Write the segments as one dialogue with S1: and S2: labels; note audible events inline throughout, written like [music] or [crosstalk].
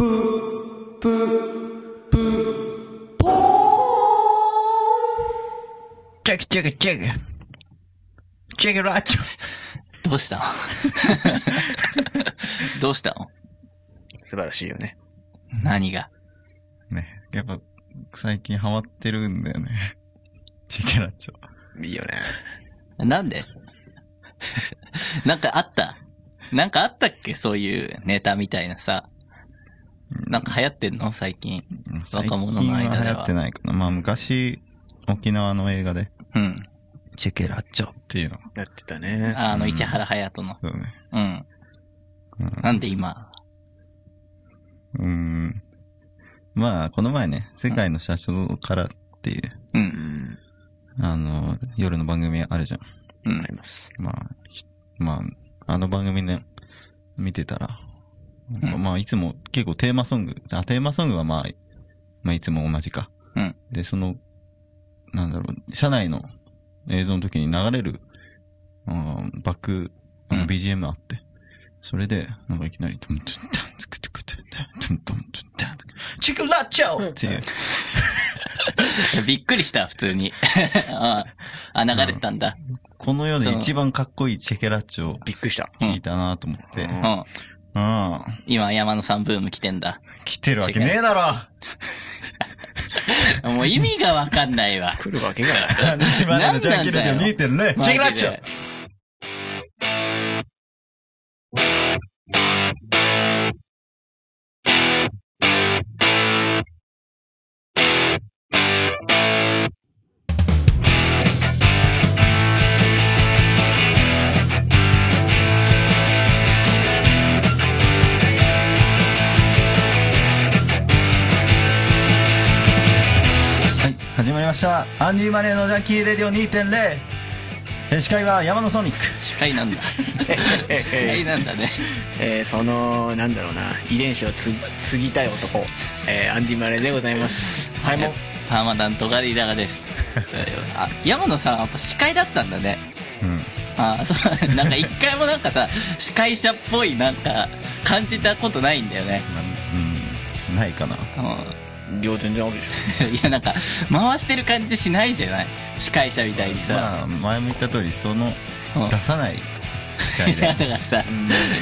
S1: ぷ、ぷ、ぷ、ぽーチェックチェックチェック。チェックラッチョ。
S2: どうしたの [laughs] どうしたの
S1: 素晴らしいよね。
S2: 何が
S3: ね。やっぱ、最近ハマってるんだよね。チェケラッチョ。
S1: いいよね。
S2: なんで [laughs] なんかあったなんかあったっけそういうネタみたいなさ。なんか流行ってんの最近。若者の間では
S3: 最近流行ってないかな。まあ昔、沖縄の映画で、
S2: うん。
S3: チェケラッチョっていうの。
S1: やってたね。
S2: あの、市原隼人の。
S3: そうね。
S2: うん。
S3: うん
S2: なんで今。
S3: うーん。まあ、この前ね、世界の社長からっていう、
S2: う。
S1: うんん。
S3: あの、夜の番組あるじゃん。
S2: うん
S1: あ。ります。
S3: まあ、ひまあ、あの番組ね、見てたら、なんかまあ、いつも結構テーマソング、あ、テーマソングはまあ、まあ、いつも同じか。
S2: うん
S3: で、その、なんだろう、社内の映像の時に流れる、うん、バック、あ
S2: う
S3: の
S2: ん
S3: BGM あって、それで、なんかいきなり、トントンタン、ツクツクツクトントントンタン、チクラッチョーっていう、
S2: びっくりした、普通に。 [laughs] ああ、流れてたんだ。
S3: この世で一番かっこいいチェケラッチョを
S1: びっくりした。
S3: 聞いたなと思って、
S1: う
S3: うん
S1: う
S2: う。
S3: ん
S1: ん
S3: ああ、
S2: 今、山野さんブーム来てんだ。
S3: 来てるわけねえだろ
S2: もう意味がわかんないわ。
S1: 来るわけがない。
S3: 今
S2: なんな
S3: の
S2: んだよ
S3: ジャンキーレディオ2.0。チェックラッチョはい、始まりました。アンディマネーのジャンキーレディオ2.0。えー司会は山野ソニック。
S2: 司
S1: [laughs]
S2: 会なんだ。
S1: え
S2: 司会なんだね。
S1: [laughs] えーその、なんだろうな、遺伝子をつ継ぎたい男、えーアンディ・マレーでございます。はい、もう、
S2: パーマダントガリラ
S1: [laughs]
S2: ガです。あ、山野さんはやっぱ司会だったんだね。
S3: うん。
S2: あそう、なんか一回もなんかさ、司会者っぽいなんか感じたことないんだよね。
S3: うん。ないかな。
S2: うん
S1: 両全然あるでしょ。
S2: いやなん [laughs] か、回してる感じしないじゃない司会者みたいにさ。
S3: まあ、前も言った通り、その、
S2: うん
S3: 出
S2: [laughs]
S3: さない司会
S2: いや [laughs] だ
S3: で。
S2: からさ、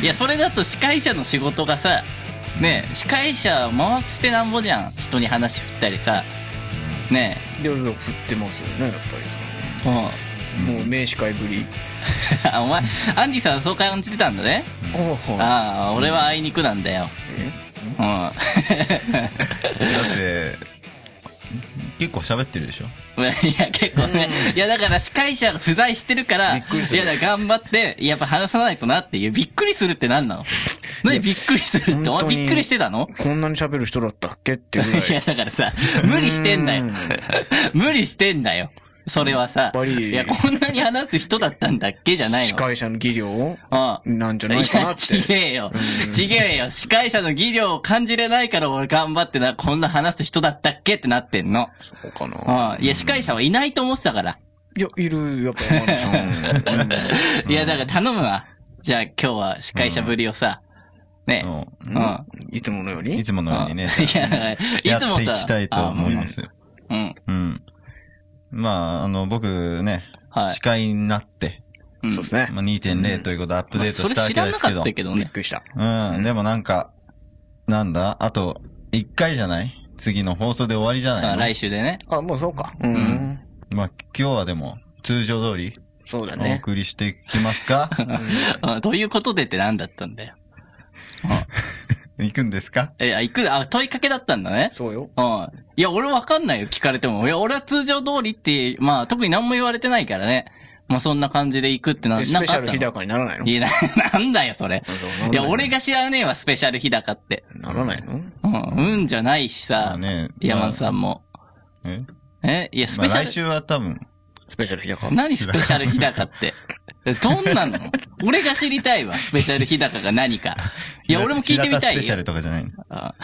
S2: いやそれだと司会者の仕事がさ、ねえ司会者回してなんぼじゃん。人に話振ったりさ。ね
S1: でも、振ってますよね、やっぱりその
S2: え。うん。
S1: ね。もう、名司会ぶり。
S2: あ [laughs] お前、アンディさんそう感じてたんだね。
S1: おおほら。
S2: ああ、俺はあいにくなんだよ。うん。 [laughs]
S3: だって、結構喋ってるでしょ。
S2: いや、結構ね。いや、だから司会者が不在してるから、
S1: びっくりする
S2: いや、だから頑張って、やっぱ話さないとなっていう、びっくりするって何なの何びっくりするって、お
S1: 本
S2: 前
S1: 当に
S2: びっくりしてたの
S1: こんなに喋る人だったっけっていうぐらい。
S2: いや、だからさ、無理してんだよ
S1: うん。
S2: 無理してんだよ。それはさ、
S1: やっぱり
S2: いや、こんなに話す人だったんだっけじゃない
S1: 司
S2: の。
S1: 会者の技量を、
S2: ああ
S1: なんじゃ
S2: い
S1: ないかな
S2: や、
S1: って。
S2: ちげえよ。ちげえよ。司会者の技量を感じれないから俺頑張ってな、こんな話す人だったっけってなってんの。
S1: そうかな。
S2: ああいや、司会者はいないと思ってたから。
S1: いや、いる、やっぱ山田
S2: [laughs]
S1: さん、うん
S2: いや、だから頼むわ。じゃあ今日は司会者ぶりをさ、ね。
S3: う。
S2: うん。うん
S1: いつものようんに。
S3: いつものようにね、
S2: いや、い
S3: やっ
S2: つも
S3: てい
S2: とは。
S3: きたいと思いますよ。
S2: あうん。
S3: うん。まあ、あの、僕ね、
S2: はい
S3: 司会になって、
S2: うん。
S1: そうですね。
S3: まあ、2.0ということでアップ
S2: ま
S3: デ
S2: あ
S3: ート
S2: それ
S3: したわ
S2: 知
S3: け
S2: ら
S3: で
S2: な
S3: すけ
S2: か
S3: ど。
S2: ったけど
S1: びっ
S2: ね。
S1: くりした。
S3: うん、でもなんか、なんだあと、一回じゃない次の放送で終わりじゃ
S2: さ
S3: な
S2: あ、
S3: いの
S2: 来週でね。
S1: あ、もうそうか。うん。
S3: まあ、今日はでも、通常通り、
S1: そうだ
S3: お
S1: ね。
S3: 送りしていきま
S2: [laughs]
S3: すか
S2: うんということでって何だったんだよ。
S3: 行くんですか
S2: え、あ行く、あ、問いかけだったんだね。
S1: そうよ。
S2: うん。いや、俺わかんないよ、聞かれても。いや、俺は通常通りって、まあ、特に何も言われてないからね。まあ、そんな感じで行くってな、
S1: えス
S2: なん
S1: ペシ
S2: か
S1: ャ
S2: あっ
S1: ル
S2: た
S1: 日
S2: の
S1: 高にならないの
S2: いや、な [laughs] なんだよ、それ。いや、俺
S1: が。
S2: が知らねえわ、スペシャル日高って。
S1: ならないの
S2: うん、うんじゃないし
S3: ま
S2: さ
S3: あ。ね、
S2: 山野さんも。
S3: まあ。え
S2: えいや、ス
S3: まあ
S2: ペシャ
S3: 来
S2: ル。
S3: 週は多分、
S1: スペシャル日高。
S2: 何スペシャル日高って。どんなの俺が知りたいわ、スペシャル日高が何か。いや、俺も聞いてみた
S3: 日向スペ
S2: い
S3: シャル
S2: よ。
S3: とかじゃないの。
S2: あ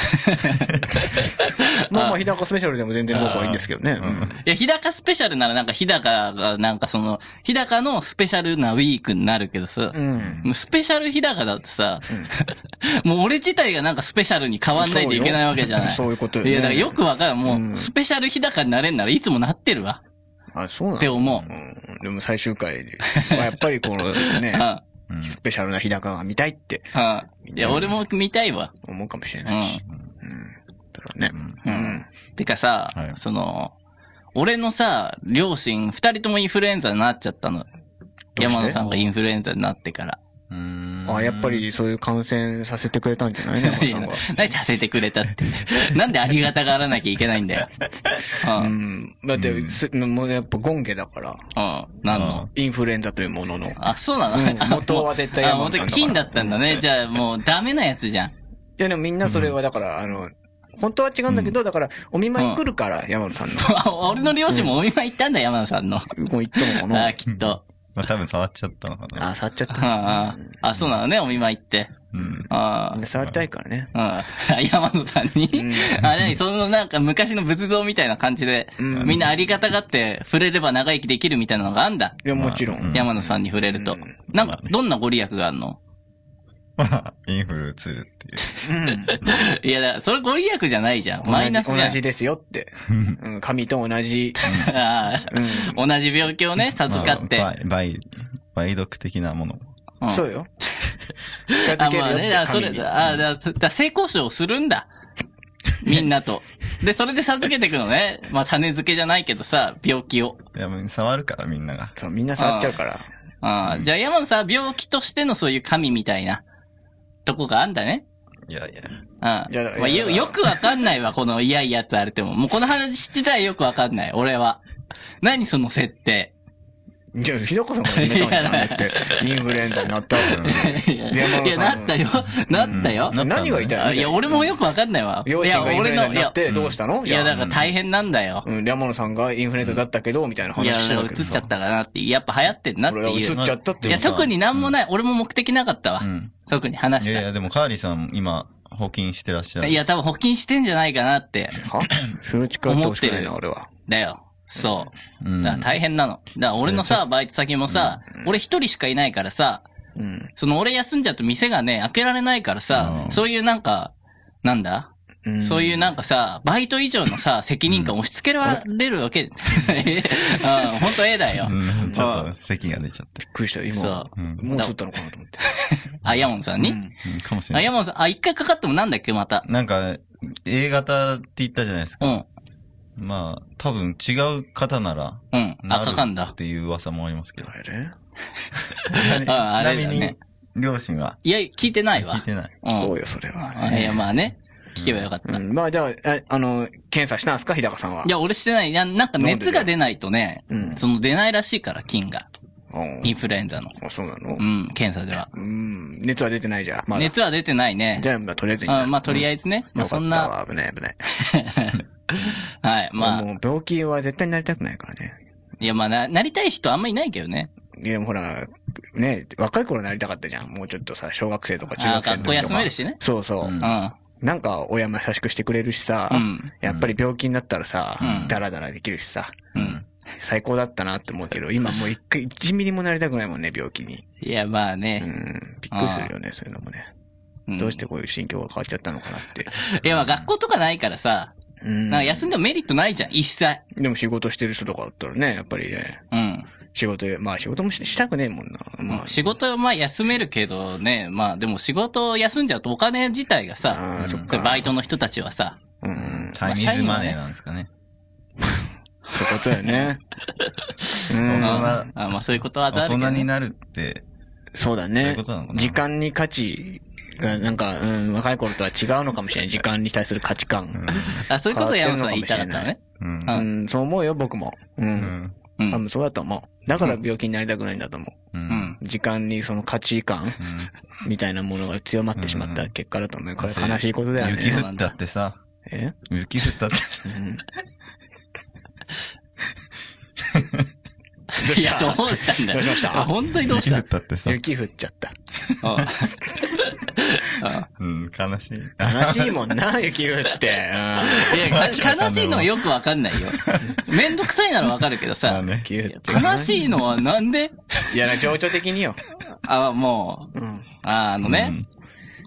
S1: まあまあ、日高スペシャルでも全然僕はいいんですけどね。うん
S2: いや、日高スペシャルならなんか日高がなんかその、日高のスペシャルなウィークになるけどさ、
S1: うん。
S2: スペシャル日高だってさ、もう俺自体がなんかスペシャルに変わんないといけないわけじゃない。
S1: そうよそういうことよ
S2: い
S1: ね
S2: や、だからよくわかる。もう、
S1: うん
S2: スペシャル日高になれんならいつもなってるわ。
S1: あ、そうなん
S2: って思う。
S1: うんでも最終回で、まあやっぱりこのね
S2: [laughs] う、ん。
S3: うん
S1: スペシャルな日高が見たいって
S2: うん。いや、俺も見たいわ。
S1: 思うかもしれ
S2: う
S1: ないし。
S2: ん。
S1: うん。だからね。
S2: うん。てかさ、
S3: はい
S2: その、俺のさ、両親、二人ともインフルエンザになっちゃったの。
S1: どうして
S2: 山野さんがインフルエンザになってから。
S3: うん
S1: あ、やっぱりそういう感染させてくれたんじゃない山田
S2: い
S1: さ
S2: や
S1: んが。
S2: [laughs] 何させてくれたって。なんでありがたがらなきゃいけないんだよ。う。
S1: うん
S2: うん。
S1: ん。だって、すもうやっぱゴンゲだから、
S2: なんの
S1: インフルエンザというものの。い
S2: あ、そうな
S1: う
S2: の、
S1: ん元は絶対
S2: あ、
S1: 山本
S2: 元
S1: さんだから
S2: 金だったんだね。じゃあもうダメなやつじゃん。 [laughs]
S1: やでもみんなそれはだから、あの、本当は違うんだけど、だから、お見舞い来るから、山野さんの。
S2: あ俺の両親もお見舞い行ったんだ、山田さんの。
S1: もう行ったのかな
S2: あ、きっと。
S3: まあ多分触っちゃったのかな。
S1: あ、触っちゃっ
S2: あ
S1: た。
S2: ああ、そうなのね、お見舞いって。
S3: うん。
S2: ああ。
S1: 触りたいからね。
S2: うん。あ [laughs] 山野さんに、
S1: う
S2: あ、なに、そのなんか昔の仏像みたいな感じで、
S1: うん
S2: みんなありがたがって触れれば長生きできるみたいなのがあんだ。
S1: いや、もちろん。
S3: うん
S2: 山野さんに触れると。
S1: うん
S2: なんか、どんなご利益があるの [laughs]
S3: まあ、インフル移るっていう。
S1: うん
S2: いや、だそれご利益じゃないじゃん。マイナス
S1: 同
S2: じ
S1: じ
S2: ゃ
S1: 同じ
S2: ん。
S1: ですよって。うん、神と同じ。
S2: [laughs] ああ
S1: う
S2: 同じ病気をね、授かって。
S3: まあ倍、倍、倍毒的なもの。
S2: うん
S1: ん。そう [laughs] よ。近づけるよ
S2: あ、まあ
S1: って
S2: ね、あ、それ、
S1: 神に。
S2: あ、だ、だ、性交渉をするん
S1: [laughs]
S2: だ。みんなと。で、それで授けていくのね。まあ、種付けじゃないけどさ、病気を。
S3: いや、もう触るからみんなが。
S1: そう、みんな触っちゃうから。
S2: ああ、じゃあ山野さんは病気としてのそういう神みたいな、とこがあんだね。
S3: いやいや。
S2: ああ
S1: いやだ
S2: まあ、
S1: いや
S2: よ、
S1: だ
S2: よくわかんな
S1: [laughs]
S2: いわ、この嫌いやつあれても。もうこの話自体よくわかんない、俺は。何その設定。
S1: じゃあ、ひどこさんが決めたんじゃないだって、インフルエンザになったわけだから
S2: いや、
S1: 山野さん
S2: いやなったよ。なったよ。
S3: な
S1: 何が言いたい
S2: あ
S1: の
S2: いや、俺もよくわかんないわ。い
S1: 両親
S2: や、
S1: がインフル
S2: 俺
S1: エンザ
S2: の、
S1: にな
S2: いや
S1: っ、て、どうしたの
S2: いや、だから大
S1: 変。
S2: 変なんだよ。
S1: うん、山野さんがインフルエンザだったけど、みたいない話
S2: や、
S1: してたけど
S2: 映っちゃったかなって、やっぱ流行ってんなって
S1: 俺は映
S2: い
S1: っ
S2: う。
S1: ちゃったって
S2: い
S1: い
S2: や、
S1: う。
S2: 特になんもない。俺も目的なかったわ
S3: う。ん。
S2: 特に話
S3: い
S2: し
S3: やい
S2: た。
S3: や、でもカーリーさん今、補金してらっしゃる。
S2: いや、多分補金してんじゃないかなって。
S1: はそれ近ってほしくないな、俺は。
S2: だよ。そう。
S3: うん、
S2: だから大変なの。だから俺のさ、バイト先もさ、俺一人しかいないからさ、
S1: うん。
S2: その俺休んじゃうと店がね、開けられないからさ
S3: う、ん
S2: そういうなんか、なんだ
S1: うん
S2: そういうなんかさ、バイト以上のさ、責任感押し付けられるわけ。えうん、ほんとええだよ。
S3: うん、ちょっと、咳が出ちゃって
S1: びっ。くりした、今
S2: そ。
S3: うん。
S1: もう映ったのかなと思って。
S2: あ、ヤモンさんに、
S1: うん
S3: うんかもし
S2: あ、
S3: れない。
S2: ヤモンさん、あ、一回かかってもなんだっけ、また。
S3: なんか、A 型って言ったじゃないです
S2: う
S3: か。
S2: ん、
S3: まあ、多分違う方なら、
S2: うん。あ、かかん
S3: なる
S2: だ
S3: っ。ていう噂もあります
S2: [laughs]
S3: けど。
S1: あれ
S3: [laughs] ち
S2: ああ
S3: な
S2: あれ
S3: み
S2: だね
S3: に、両親はい
S2: や、聞いてないわ
S3: 聞い。てない。
S2: う。
S1: そうんよ、それは。
S2: あいや、まあね。聞けばよかった。
S1: う
S2: い
S1: ん、まあじゃあ、ああの、検査したんすか、日高さんは。
S2: や、俺してない。ななんか熱が出ないとね
S1: うん、
S2: その出ないらしいから、菌が。
S1: うん
S2: インフルエンザの。
S1: あ、そうなの
S2: うん、検査では。
S1: うん。熱は出てないじゃん。まだ
S2: 熱は出てないね
S1: じ。ゃあ、まあ、とりあえずいいんだ
S2: あまあ、とりあえずね。まあ、そん。
S1: よ
S2: な、
S1: かったわ危ない危ない。
S2: はい。まあ、
S1: もう病気は絶対になりたくないからね。
S2: いや、まあ、な、なりたい人あんまいないけどね。
S1: いや、ほら、ね、若い頃なりたかったじゃん。もうちょっとさ、小学生とか中
S2: あ
S1: 学生の時とか。
S2: 学校休めるしね。
S1: そうそう。
S3: うん
S2: うん。う
S1: なんか、親も優しくしてくれるしさ、
S2: ん。
S1: やっぱり病気になったらさ、
S2: うん
S1: ダラダラできるしさ、
S2: うん。
S1: 最高だったなって思うけど、今もう一回、1ミリもなりたくないもんね、病気に。
S2: いや、まあ
S1: う
S2: ね。
S1: ん。びっくりするよね、そういうのもね。
S2: ん
S1: どうしてこういう心境が変わっちゃったのかな
S2: [laughs]
S1: って。
S2: いや、まあ、学校とかないからさ、
S1: うん。
S2: なんか休んでもメリットないじゃん、一切。
S1: でも仕事してる人とかだったらね、やっぱりね、
S2: うん。
S1: 仕事で、まあ仕事もししたくねえもんな。まあ、
S2: 仕事はまあ休めるけどね、まあでも仕事を休んじゃうとお金自体がさ、
S1: あーそっ
S2: こ
S1: か。
S2: れバイトの人たちはさ、
S1: うん。
S3: タイミーズマネーなんですかね。
S1: そういうことだよ [laughs] ね。うん。
S3: 大
S2: あまあそういうことは
S3: 人、大
S2: あるけ
S3: 人
S2: ど、
S3: に
S2: ね、
S3: なるって、
S1: そうだ
S3: そういう
S1: ね
S3: ことなのか。な
S1: 時間に価値が、なんか、うん、若い頃とは違うのかもしれない。時間に対する価値観。
S2: あそういうことを山野さん言
S1: 変
S2: い
S1: わって
S2: た
S1: ん
S2: かっ
S1: のかも
S2: た
S1: しれ
S2: の
S1: ない。
S2: ね
S3: うん。
S1: う
S2: あ
S1: ん、そう思うよ、僕も。う。
S3: うんん。
S2: う
S1: 多
S2: ん。
S1: 分そうだと思う。だから病気になりたくないんだと思
S3: う。
S2: うんん。
S1: う。時間にその価値観みたいなものが強まってしまった結果だと思う。これ悲しいことだよ
S3: 雪
S1: ね。
S3: 降ったってさ、
S1: え [laughs]
S3: 雪降ったって、
S1: うんどう
S2: い
S1: し
S2: や、
S1: た
S2: どうしたんだ
S1: ど
S2: よ。
S1: うしました
S2: 本当にどうし
S3: 雪降
S2: た
S3: ったってさ、
S1: 雪降っちゃった。
S2: あ
S3: うん、悲しい。
S1: 悲しいもんな、
S2: [laughs]
S1: 雪降って。
S2: あいや、か悲しいのはよくわかんないよ。めんどくさいならわかるけど
S3: まあ
S2: さ、
S1: う
S3: ね [laughs]
S1: ん。雪降って。
S2: 悲しいのはなんで
S1: いや、情緒的によ。
S2: あ、もう、
S1: うん。
S2: ああのね、
S3: うん。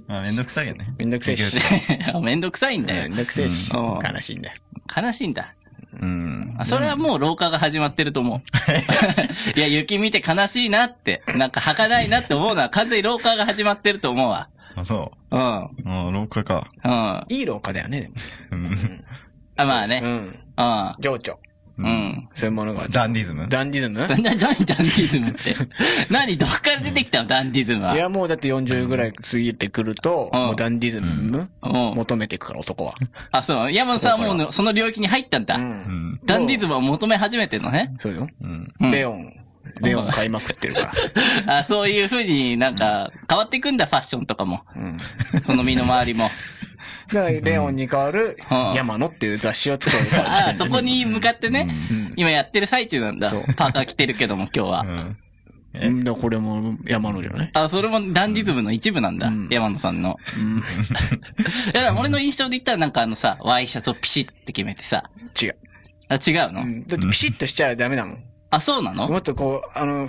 S3: まあ、めんどくさいよね。
S1: めんどくせえし。
S2: [laughs] めんどくさいんだ
S1: め
S2: よ
S1: ん。どくせえし。
S2: うん
S1: 悲しいんだよ。
S2: 悲しいんだ。
S3: うん
S2: あ。それはもう老化が始まってると思う。いや、雪見て悲しいなって、なんか儚いなって思うのは完全に老化が始まってると思うわ。
S3: あ、そ
S2: うん。うん。
S3: う。もう、廊下か。
S2: あ、
S1: いい廊下だよね、でも。
S3: うん。
S2: まあ
S1: う
S2: ね。
S1: ん。
S2: うん。
S1: 情緒。
S2: うん。
S1: そういうものが。
S3: ダンディズム
S1: ダンディズム
S2: な、な、何ダンディズムって。何どっから出てきたのダンディズム
S1: い
S2: は。
S1: や、もうだって40ぐらい過ぎてくると、
S2: うん
S1: もうダンディズム
S2: うん。
S1: 求めていくから、男は。
S2: あ、そう。山野さんは
S1: そ
S2: も
S1: う
S2: う
S1: か
S2: ねその領域に入ったん
S1: う。
S2: だ。
S3: うんん。
S2: ダンディズムを求め始めてんのね。
S1: そうよ。
S3: うん。
S2: うん
S1: レオン。レオン買いまくってる
S2: [laughs]
S1: から。
S2: あ、そういう風になんか変わっていくんだ、ファッションとかも。
S1: うん。だ
S2: その身の回りも。
S1: から、レオンに代わる
S2: うん、
S1: 山野っていう雑誌を作るから。
S2: [laughs] ああ、そこに向かってね、
S1: うん。
S2: [laughs] 今やってる最中なんだ。パーカー着てるけども、今日
S3: う
S2: は。
S3: ん。
S1: う
S3: え
S1: ん、だからこれも山野じゃない
S2: あ、それもダンディズムの一部なんだ。
S1: うん
S2: 山野さんの。
S1: うん。
S2: いや、俺の印象で言ったらなんかあのさ、ワイシャツをピシッって決めてさ。
S1: 違う。
S2: あ、違うの、
S1: うんだってピシッとしちゃダメだもん。
S2: あ、そうなの
S1: もっとこう、あの、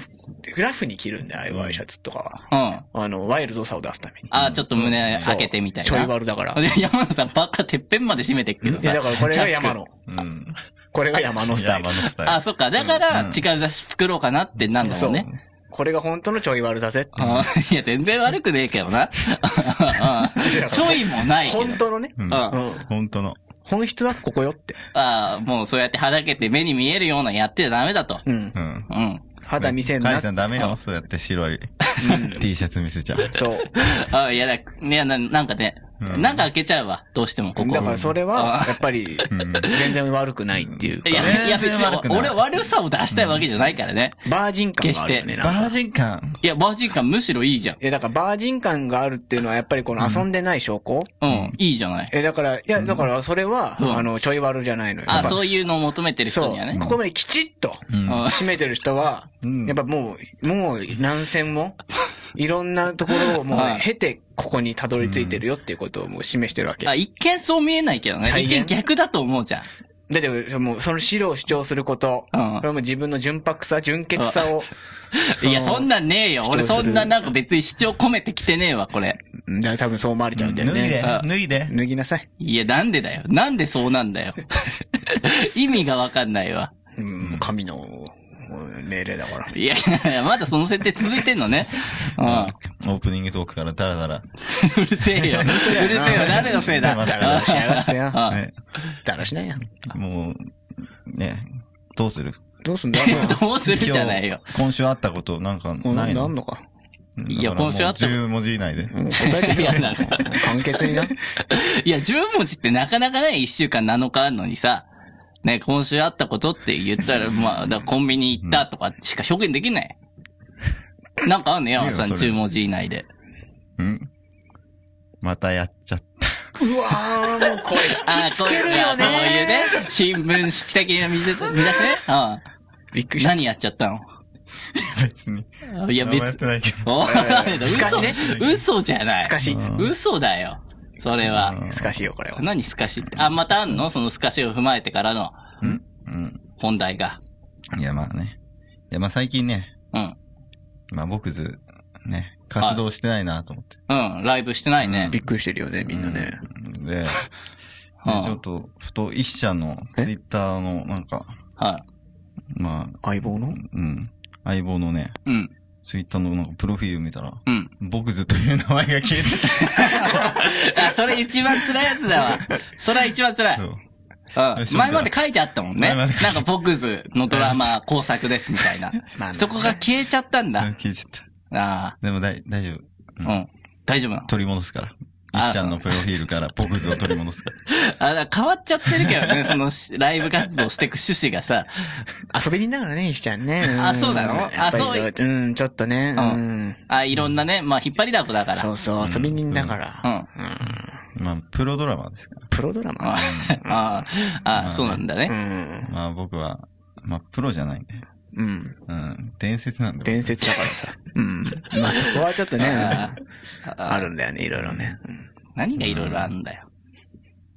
S1: グラフに着るんだよ、ああいうワイシャツとかは。
S2: うん。あ
S1: あの、ワイルドさを出すために。
S2: ーちょっと胸
S1: そう
S2: 開けてみたい
S1: ちょい
S2: な。
S1: ワルだから。
S2: で山野さんばっかてっぺんまで締めてっけど
S1: いや、
S2: さ
S1: だ。からこれが山
S2: チャッ
S1: 野。
S3: うん。
S1: これが山野スタイル
S3: 山。のスタイル。
S2: あ、そっか。だから、違う雑誌作ろうかなってなんだろうね。
S1: これが本当のちょい悪だぜって。
S2: あ [laughs] いや、全然悪くねえけど
S1: [laughs]
S2: な。ちょいもないけど。
S1: 本当のね。
S3: う
S2: うんん。
S1: う
S2: あ
S1: ん。
S3: 本当の。
S1: 本質はここよって。
S2: あ、もうそうやってはだけて目に見えるようなやってダメだと。
S1: うん。
S3: うん。
S2: うん。
S1: 肌見せん
S3: カ
S1: な
S3: イ。さんダメよ。そうやって白い T シャツ見せちゃう。
S1: そう。
S2: あいやだ、いや、ななんかね、
S3: うん
S2: なんか開けちゃうわ。どうしてもここ。
S1: だからそれは
S2: あ、
S1: やっぱり、全然悪くないっていうか
S2: い。や、いや、別
S3: 全然
S2: に
S3: 悪くない
S2: 俺は悪さを出したいわけじゃないからね。
S1: バージン感があるよね。
S2: 決
S1: なんか
S3: バージン感。
S2: いや、バージン感むしろいいじゃん。
S1: え、だからバージン感があるっていうのはやっぱりこの遊んでない証拠
S2: うん、いいじゃない。
S1: え、だから、いや、だからそれは、
S2: うん
S1: あの、ちょい悪じゃないのよ。やっ
S2: あ、
S1: ぱ
S2: そういうのを求めてる人
S1: そう
S2: にはね。
S1: ここまできちっと
S3: うん
S2: うん
S1: 締めてる人は、
S3: うん
S1: やっぱもう、もう何戦も、いろんなところをもう
S2: [laughs] はい
S1: 経て、ここにたどり着いてるよっていうことをもう示してるわけ。
S2: あ、
S1: だ
S2: 一見そう見えないけどね。
S1: 大
S2: 一
S1: 変
S2: 見逆だと思うじゃん。
S1: って、もうその白を主張すること、
S2: う
S1: こ
S2: ん
S1: れも自分の純白さ、純潔さを、
S2: いや、そんなんねえよ。俺そんななんか別に主張込めてきてねえわ、これ。
S1: うんだから多分そう思われちゃうんだよ
S3: 脱いで
S1: ね。、
S3: 脱いで。
S1: 脱ぎなさい。
S2: いや、なんでだよ。なんでそうなんだよ。意味がわかんないわ。
S1: うん、神の命令だ
S2: [laughs]
S1: から。
S2: いや、まだその設定続いてんのね。うん。
S3: オープニングトークからダラダラ。
S2: [laughs] うるせえよ。うるせえよ。誰の [laughs] せいだ。
S3: だ
S1: だらしやがってよ。
S2: うん
S3: ね
S1: だらしないやん。
S3: もう、ね、どうする
S1: どうすんだ
S2: [laughs] どうするじゃないよ。
S3: 今日今週あったことなんか
S1: もう
S3: な
S1: ないん
S3: の
S1: あんのか。
S3: うん
S2: いや
S3: だからもう
S2: 今週あった
S3: 10文字以内で。
S1: もう答えて
S2: い
S1: みよ
S2: や、
S1: う。
S2: なんか、
S1: 簡潔にな。
S2: いや、10文字ってなかなかない1週間7日あるのにさ、ね、今週あったことって言ったら、まあ、だからコンビニ行ったとかしか表現できない。なんかあんのよ、
S3: いい
S2: 山
S3: よ
S2: 田さん、
S3: それ
S2: 10文字以内で。
S3: うんまたやっちゃった。
S1: [laughs] うわー、もう声引
S2: ああ、そういう、いやそういうね、新聞紙的な見せ見出しね。あ
S1: びっくりした。
S2: 何やっちゃった
S3: [laughs] 別に。
S2: のいや、
S3: 何もやっ
S2: 別
S3: てないけど。
S2: お
S1: ー
S2: [laughs] 嘘
S1: すかしね
S2: 嘘じゃない
S1: す。かし。
S2: 嘘だよ。それは。
S1: すかしよ、これは。
S2: 何すかしって。あ、またあんのそのすかしを踏まえてからの
S3: うん。
S2: 本題が。
S3: いや、まあね。いや、まあ最近ね、
S2: うん。
S3: まあ僕ず、ね、活動してないなと思って。
S2: うん、ライブしてないね。
S1: びっくりしてるよね、みんなね。
S3: うんで、で
S2: うん
S3: ちょっと、ふと一社のツイッターの、なんか、
S2: は
S3: まあ、
S1: 相棒の
S3: うん、相棒のね、
S2: い。うん。
S3: ツイッターのなんかプロフィール見たら、
S2: うん。
S3: 僕ずという名前が消えて
S2: あ、それ一番辛いやつだわ。それは一番辛い。
S3: た
S2: う [laughs]
S3: よ。
S2: ん。前まで書いてあったもんね。
S3: 前ま
S2: なん
S3: で書いてあ
S2: か、ボクズのドラマ工作ですみたいな
S1: まあ。ね
S2: そこが消えちゃったんだ。
S3: 消えちゃった。
S2: あ
S3: でも大大丈夫。
S2: あ。うん。大丈夫なの
S3: 取り戻すから。
S2: あ
S3: 一社のプロフィールから僕ずを取り戻すから。
S2: あ、だから変わっちゃってるけどね、そのしライブ活動してく趣旨がさ。
S1: 遊び人だからね、石ちゃんね。ん
S2: [laughs] あそうなの
S1: やっぱり
S2: あそう
S1: うん、ちょっとね。
S2: う
S1: うん。
S2: あ、いろんなね、まあ、引っ張りだこだか
S1: そ
S2: ら。
S1: うそう、遊び人だから。
S2: うん。
S3: まあ、プロドラマですから。
S1: プロドラマ
S2: あ [laughs] あ、あそうなんだ
S1: う
S2: ね。
S1: ん。
S3: まあ僕は、まあプロじゃないんで。
S1: うん。
S3: うん。伝説なんだよ。
S1: 伝説だからさ。うん。まあそこはちょっとね、
S2: [laughs] あー
S1: あるんだよね、いろいろね。うん
S2: 何がいろいろあるんだよ。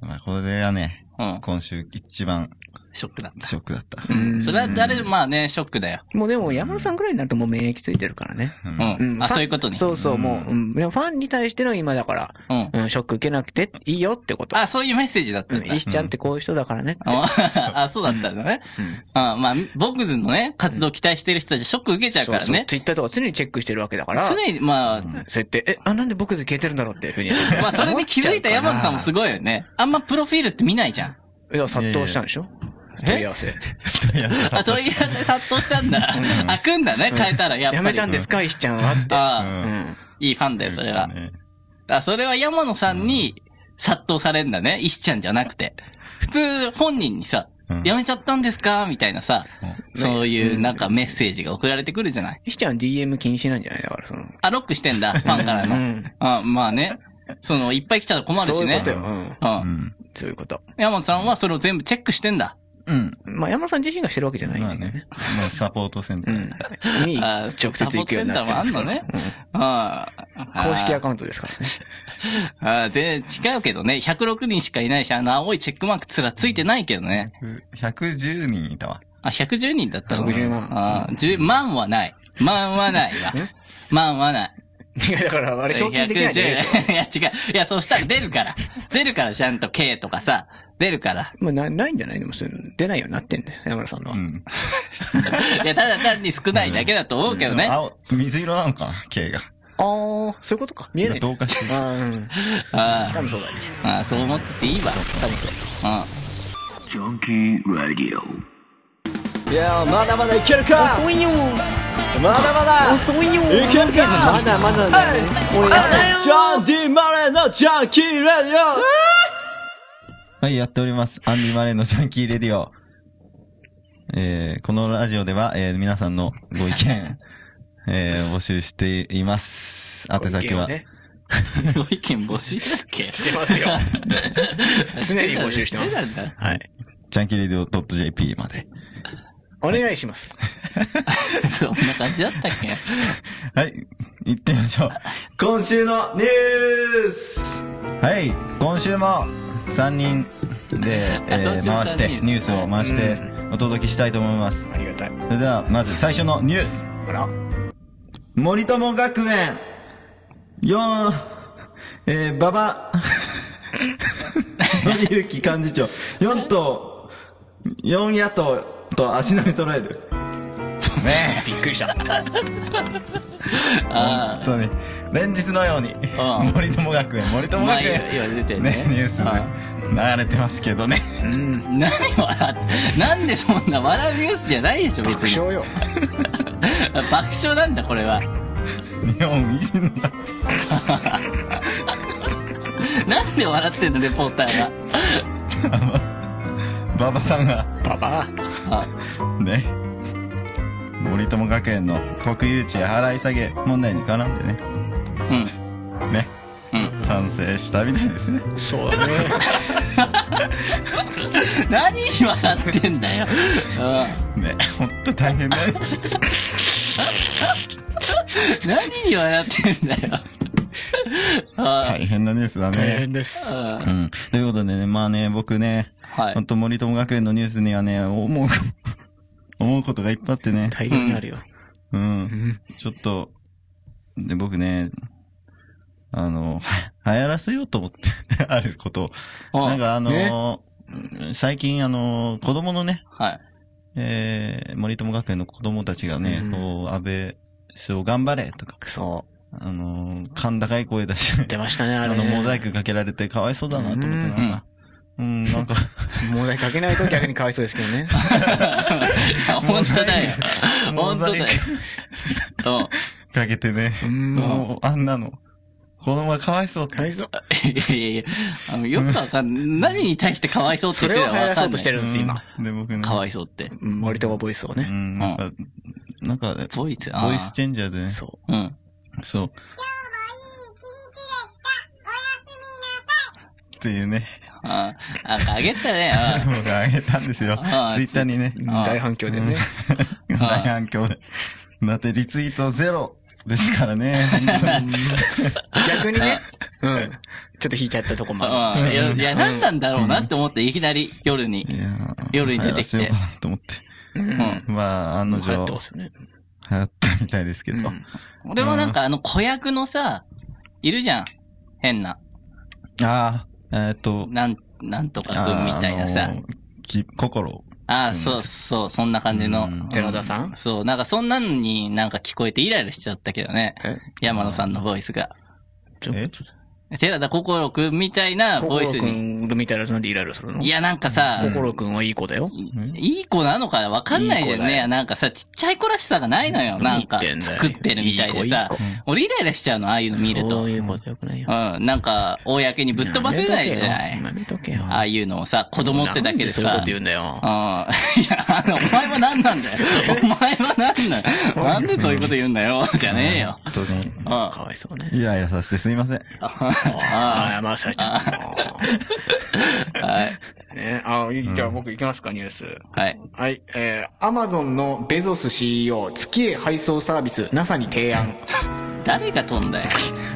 S3: まあ、これはね、
S2: うん。
S3: 今週一番
S2: ショックだった。
S3: ショックだった。
S2: うん。それは誰、まあね、ショックだよ。
S1: もうでも山田さんくらいになるともう免疫ついてるからね。
S3: う
S2: うんん。
S1: ファ
S2: あ、
S1: ン
S2: そういうことね。
S1: そうそう、もう、うん。でもファンに対しての今だから、
S2: うん。
S1: うん、ショック受けなくていいよってこと。
S2: あ、そういうメッセージだった
S1: うんん、
S2: だ
S1: 石。ちゃんってこういう人だからね。
S2: あ、あそうだったんだね。あまあ、ボックスのね、活動を期待してる人たちショック受けちゃうからね。
S1: ツイッターとか常にチェックしてるわけだから。
S2: 常に、まあ、
S1: そうやって、え、あ、なんで僕で消えてるんだろうっていうふうに。
S2: [laughs] まあ、それに気づいた山田さんもすごいよね。あんまプロフィールって見ないじゃん。
S1: いや、殺到したんでしょ
S2: え
S1: 問い合わせ。
S2: あ、問い合わせ殺到したんだ。開くんだね、変えたら、やっぱ
S1: や
S2: り。
S1: めたんですか、石ちゃんはって。
S2: あ
S1: う
S2: あ、
S3: うん
S1: ん。
S2: いいファンだよ、それは。
S3: ね
S2: あ、それは山野さんに殺到されんだね。石ちゃんじゃなくて。普通、本人にさ、
S3: うん
S2: やめちゃったんですかみたいなさ、
S3: う
S2: そういうなんかメッセージが送られてくるじゃない。
S1: 石ちゃん DM 禁止なんじゃないだから、その。
S2: あ、ロックし
S1: [laughs]
S2: てんだ、ファンから
S1: う
S2: の。
S1: ん。
S2: あ、まあね。その、いっぱい来ちゃうと困る
S1: そ
S2: し
S1: ういう
S2: ね
S1: こ。とよ。うん。
S2: う。
S3: うんん。
S1: そういうこと。
S2: 山野さんはそれを全部チェックしてんだ。
S3: うん。
S1: まあ、山田さん自身がしてるわけじゃないん
S3: ま
S1: だ
S3: あ
S1: よね。
S3: ね。まあ、サポートセンタ
S1: う
S3: ー。
S1: ん。に
S2: あ
S1: 直接行くようになって
S2: サポートセンターもあんのねああ
S1: 公式アカウントですからね。
S2: ああ、で、違うけどね、106人しかいないし、あの青いチェックマークすらついてないけどね。
S3: 110人いたわ。
S2: あ、110人だったの
S1: 110万
S2: ああ、10万はない。万はないわ。万はない。
S1: いや、だから、あれ、表記できないんじゃないでしょ。
S2: 110いや、違う。いや、そうしたら出るから。出るから、ちゃんと K とかさ、出る
S1: [laughs]
S2: から。
S1: まあ、なないんじゃないでも、そういうの出ないようになってんだよ、山田さんの
S3: う
S1: は。
S3: ん。
S2: いや、ただ単に少ないだけだと思うけどね。あ
S3: 青、水色なのかな ?K が。
S1: あー、そういうことか。見えない。
S3: 同化してる。
S1: あーうん。
S2: あ
S1: 多分そうだね。
S2: ああ、そう思ってていいわ。多分そう。うん。
S4: いやまだまだいけるか
S1: 遅いよ
S4: まだまだ
S1: 遅いよ
S4: いけるか
S1: まだまだだよね。おい
S4: ジョン・ディ・マレーのジャンキー・レディオ
S3: はい、やっております。アンディ・マレーのジャンキー・レディオ。えー、このラジオでは、えー、皆さんのご意見、 [laughs] えー、募集しています。宛先
S1: ご意見を
S3: は、
S1: ね
S2: ご意見募集したっけ
S1: してますよ。常に募集してま
S2: してたん
S1: す
S2: だ。
S1: [laughs] はい。
S3: ジャンキー・レディオ .jp まで。
S1: お願いします。
S2: そんな感じだったっけ
S3: はい、行ってみましょう。
S4: 今週のニュース
S3: はい、今週も3人で、え
S2: 今
S3: ー、
S2: 週も三人
S3: 回して、ニュースを回してお届けしたいと思います。
S1: ありがたい。
S3: それでは、まず最初のニュース。
S1: ほら。
S3: 森友学園、よえー、馬場、森ゆき幹事長、4党、4野党と足並み揃える。ね
S1: びっくり
S3: [laughs]
S1: した。
S2: あ
S3: え、とね、連日のように、
S2: ん
S3: 森友学園、森
S2: あ。
S3: 友
S2: まあ、
S3: 学
S2: 今
S3: 園、
S2: 今出てるね
S3: ね、。ニュース
S2: あ
S3: ね
S2: あ
S3: 流れてますけどね。
S2: 何笑って、なんでそんな笑うニュースじゃないでしょ、別
S1: 爆
S2: に。
S1: 笑よ。
S2: 爆笑なんだ、これは。
S3: 日本維新の会
S2: [laughs] なんで笑ってんの、レポーターが。
S3: 馬場さんが、
S1: パパ。
S2: あ
S3: ね、森友学園の国有地払い下げ問題に絡んでね、
S2: うん。
S3: ね、
S2: うん。
S3: 賛成したみたいですね。
S1: そうだね。
S2: 何笑ってんだよ。う
S3: ね、ほんと大変だよ。
S2: ん。何に笑ってんだよ。 [laughs] あ
S3: 大変なニュースだ
S1: 大
S3: ね。
S1: 変です。
S2: あ
S3: う。ん。ということでね、まあね、僕ね、
S2: はい
S3: ほん。と森友学園のニュースにはね、思う、思うことがいっぱいあってね。
S1: 大量にあるよ。
S3: うん。ちょっと、で、僕ね、あの、流行らせようと思って、あること
S2: う
S3: を。なん
S2: ん
S3: かあの、最近あの、子供のね、
S2: はい。
S3: えー、森友学園の子供たちがね、
S1: うん
S3: こう、安倍首相頑張れとか、
S1: そ
S3: あのー、甲高い声出して、
S1: う。出ましたね、あ
S3: あ
S1: れね。
S3: の、モザイクかけられてかわいそうだなと思って、なんか、うん、なんか、
S1: モザイクかけないと逆にかわいそうですけど [laughs] ね。
S2: 本当だよ。
S3: モ
S2: 本当
S3: ザ
S2: だ
S3: イ
S2: よ。うん。
S3: クかけてね、
S1: も
S3: もう、あんなの、子供がかわいそうっ
S1: う、かわい
S3: て。
S1: そう。
S2: いやいやいや、あの、よくわかんない。何に対してかわいそうって
S1: そ
S2: 言っ
S1: れ
S2: て
S1: を
S2: る
S1: 流
S2: のかわ
S1: 行そ
S2: からんないう
S1: としてるんです、今。
S3: で、僕ね、
S2: かわいそうって。
S1: うん森友ボイスを
S3: う
S1: ね。
S3: ん、なんか、なんか、
S2: ボイス、あー
S3: ボイスチェンジャーでね、
S1: そ
S2: うん。
S3: そう。っていうね、
S2: あーあ、あげたね。
S3: 僕があげたんですよ。
S2: あー
S3: ツイッターにね
S1: う。。
S2: ああ
S1: 大反響でね。
S3: うん大反響で。だってリツイートゼロですからね。
S1: 逆にね、うん。ちょっと引いちゃったと [laughs] こもあ
S2: うんいや、いや、何なんだろうなって思って、いきなり夜に。
S3: いやー
S2: 夜に出てきて
S3: 流行らせようかなと思って。
S2: うん。
S3: まあ、案の
S1: る。流行
S3: 定
S1: って、ますよね。
S3: 流行ったみたいですけど。
S1: うん
S2: 俺もなんかあの子役のさ、いるじゃん。変な。
S3: ああ、えーっと、
S2: なん、なんとかくんみたいな
S3: あ
S2: さ。
S3: のき、心。
S2: ああ、そうそう、そんな感じ
S3: う
S2: の
S3: ん。
S1: 寺田さん
S2: そう、なんかそんなのになんか聞こえてイライラしちゃったけどね。
S1: え
S2: 山野さんのボイスが。
S1: ちょ
S3: え
S2: 寺田心くんみたいなボイス
S1: 心く
S2: に。
S1: んみたいななんでイライラするの
S2: いや、なんかさ、
S1: 心くんはいい子だよ。
S2: いい子なのかわかんない
S1: い
S2: よ
S1: い子だ
S2: ね。
S1: よ
S2: なんかさ、ちっちゃい子らしさがないのよ。なんか
S1: 何言ってん、だよ
S2: 作ってるみたいでさ
S1: いい子いい子。
S2: 俺イライラしちゃうの、ああいうの見ると。
S1: そう
S2: う
S1: い
S2: ん。
S1: うことよくないよ。
S2: なんか、公にぶっ飛ばせないじゃない。
S1: やめとけよ。
S2: ああいうのをさ、子供ってだけでさ。
S1: なんそういうこと言うんだよ
S2: うん。 [laughs] い。や、あの、お前は何なんだ
S1: [laughs]
S2: よ。お前は何なんだよ。なんでそういうこと言うんだよ。じゃねえよ。
S3: 本当に。
S2: うん。
S1: かわいそうね。
S3: イライラさせてすいません。
S1: ああ、まあ、されちゃった。
S2: はい。
S1: [laughs] ね、あいいじゃあ僕行きますか、ニュース。
S2: はい。
S1: はい、えー、アマゾンのベゾス CEO、月へ配送サービス、NASA に提案。
S2: 誰が飛んだよ。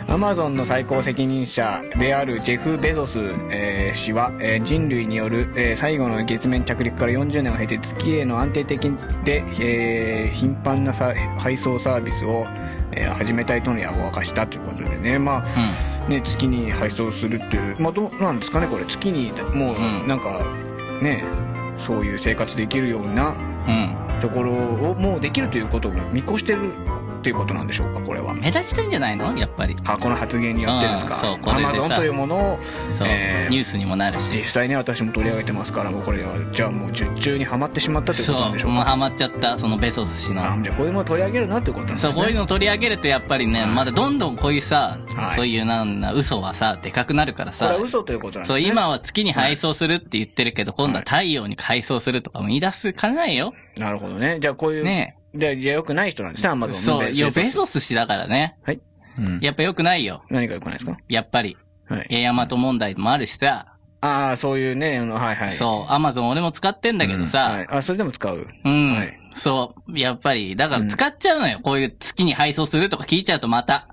S1: アマゾンの最高責任者であるジェフ・ベゾス、えー氏は、えー人類による、えー最後の月面着陸から40年を経て月への安定的で、えー頻繁なさ配送サービスを、えー始めたいとの野望を明かしたということでね,、まあね月に配送するっていう、まあ、どうなんですかねこれ月にも
S2: う
S1: うんなんかねそういう生活できるような
S2: うん。
S1: ところをもうできるということを見越してるっていうことなんでしょうかこれは
S2: うん。。目立ちたいんじゃないのやっぱり。
S1: あこの発言によってです
S2: うん
S1: か
S2: そうこ
S1: ア
S2: れ
S1: マ
S2: で
S1: ゾン
S2: さ
S1: というものを
S2: そう。
S1: えー
S2: ニュースにもなる
S1: 実
S2: し。
S1: 際ね私も取り上げてますからもうこれはじゃあもう術中にはまってしまったということ
S2: そ
S1: なんでしょ
S2: う。
S1: う
S2: もう
S1: か
S2: ハマっちゃった、そのベソス氏の
S1: あ。じゃあこういうものを取り上げるなっていうことなんです
S2: そう、
S1: ね
S2: こういうの取り上げるとやっぱりね、まだどんどんこういうさ
S1: は、い
S2: そういうなんだ、嘘はさ、でかくなるから
S1: これ
S2: さ
S1: は。嘘ということなんです
S2: そう、
S1: ね
S2: 今は月に配送するって言ってるけど、今度は太陽に配送するとかも言い出すかないよ。
S1: なるほどねじゃあこういう
S2: ね
S1: じゃあじゃあ良くない人なんですねアマゾン
S2: そう、いや、ベ
S1: ス
S2: ソス氏だからね。
S1: はい
S3: うん
S2: やっぱ良くないよ。
S1: 何が良くないですか
S2: やっぱり。
S1: はい
S2: いや、ヤマト問題もあるしさ。
S1: ああそういうねあのはいはい
S2: そう、アマゾン俺も使ってんだけど
S1: は
S2: さ
S1: い。あそれでも使う
S2: うん
S1: はい。
S2: そう、やっぱり。だから使っちゃうのよ。こういう月に配送するとか聞いちゃうとまた。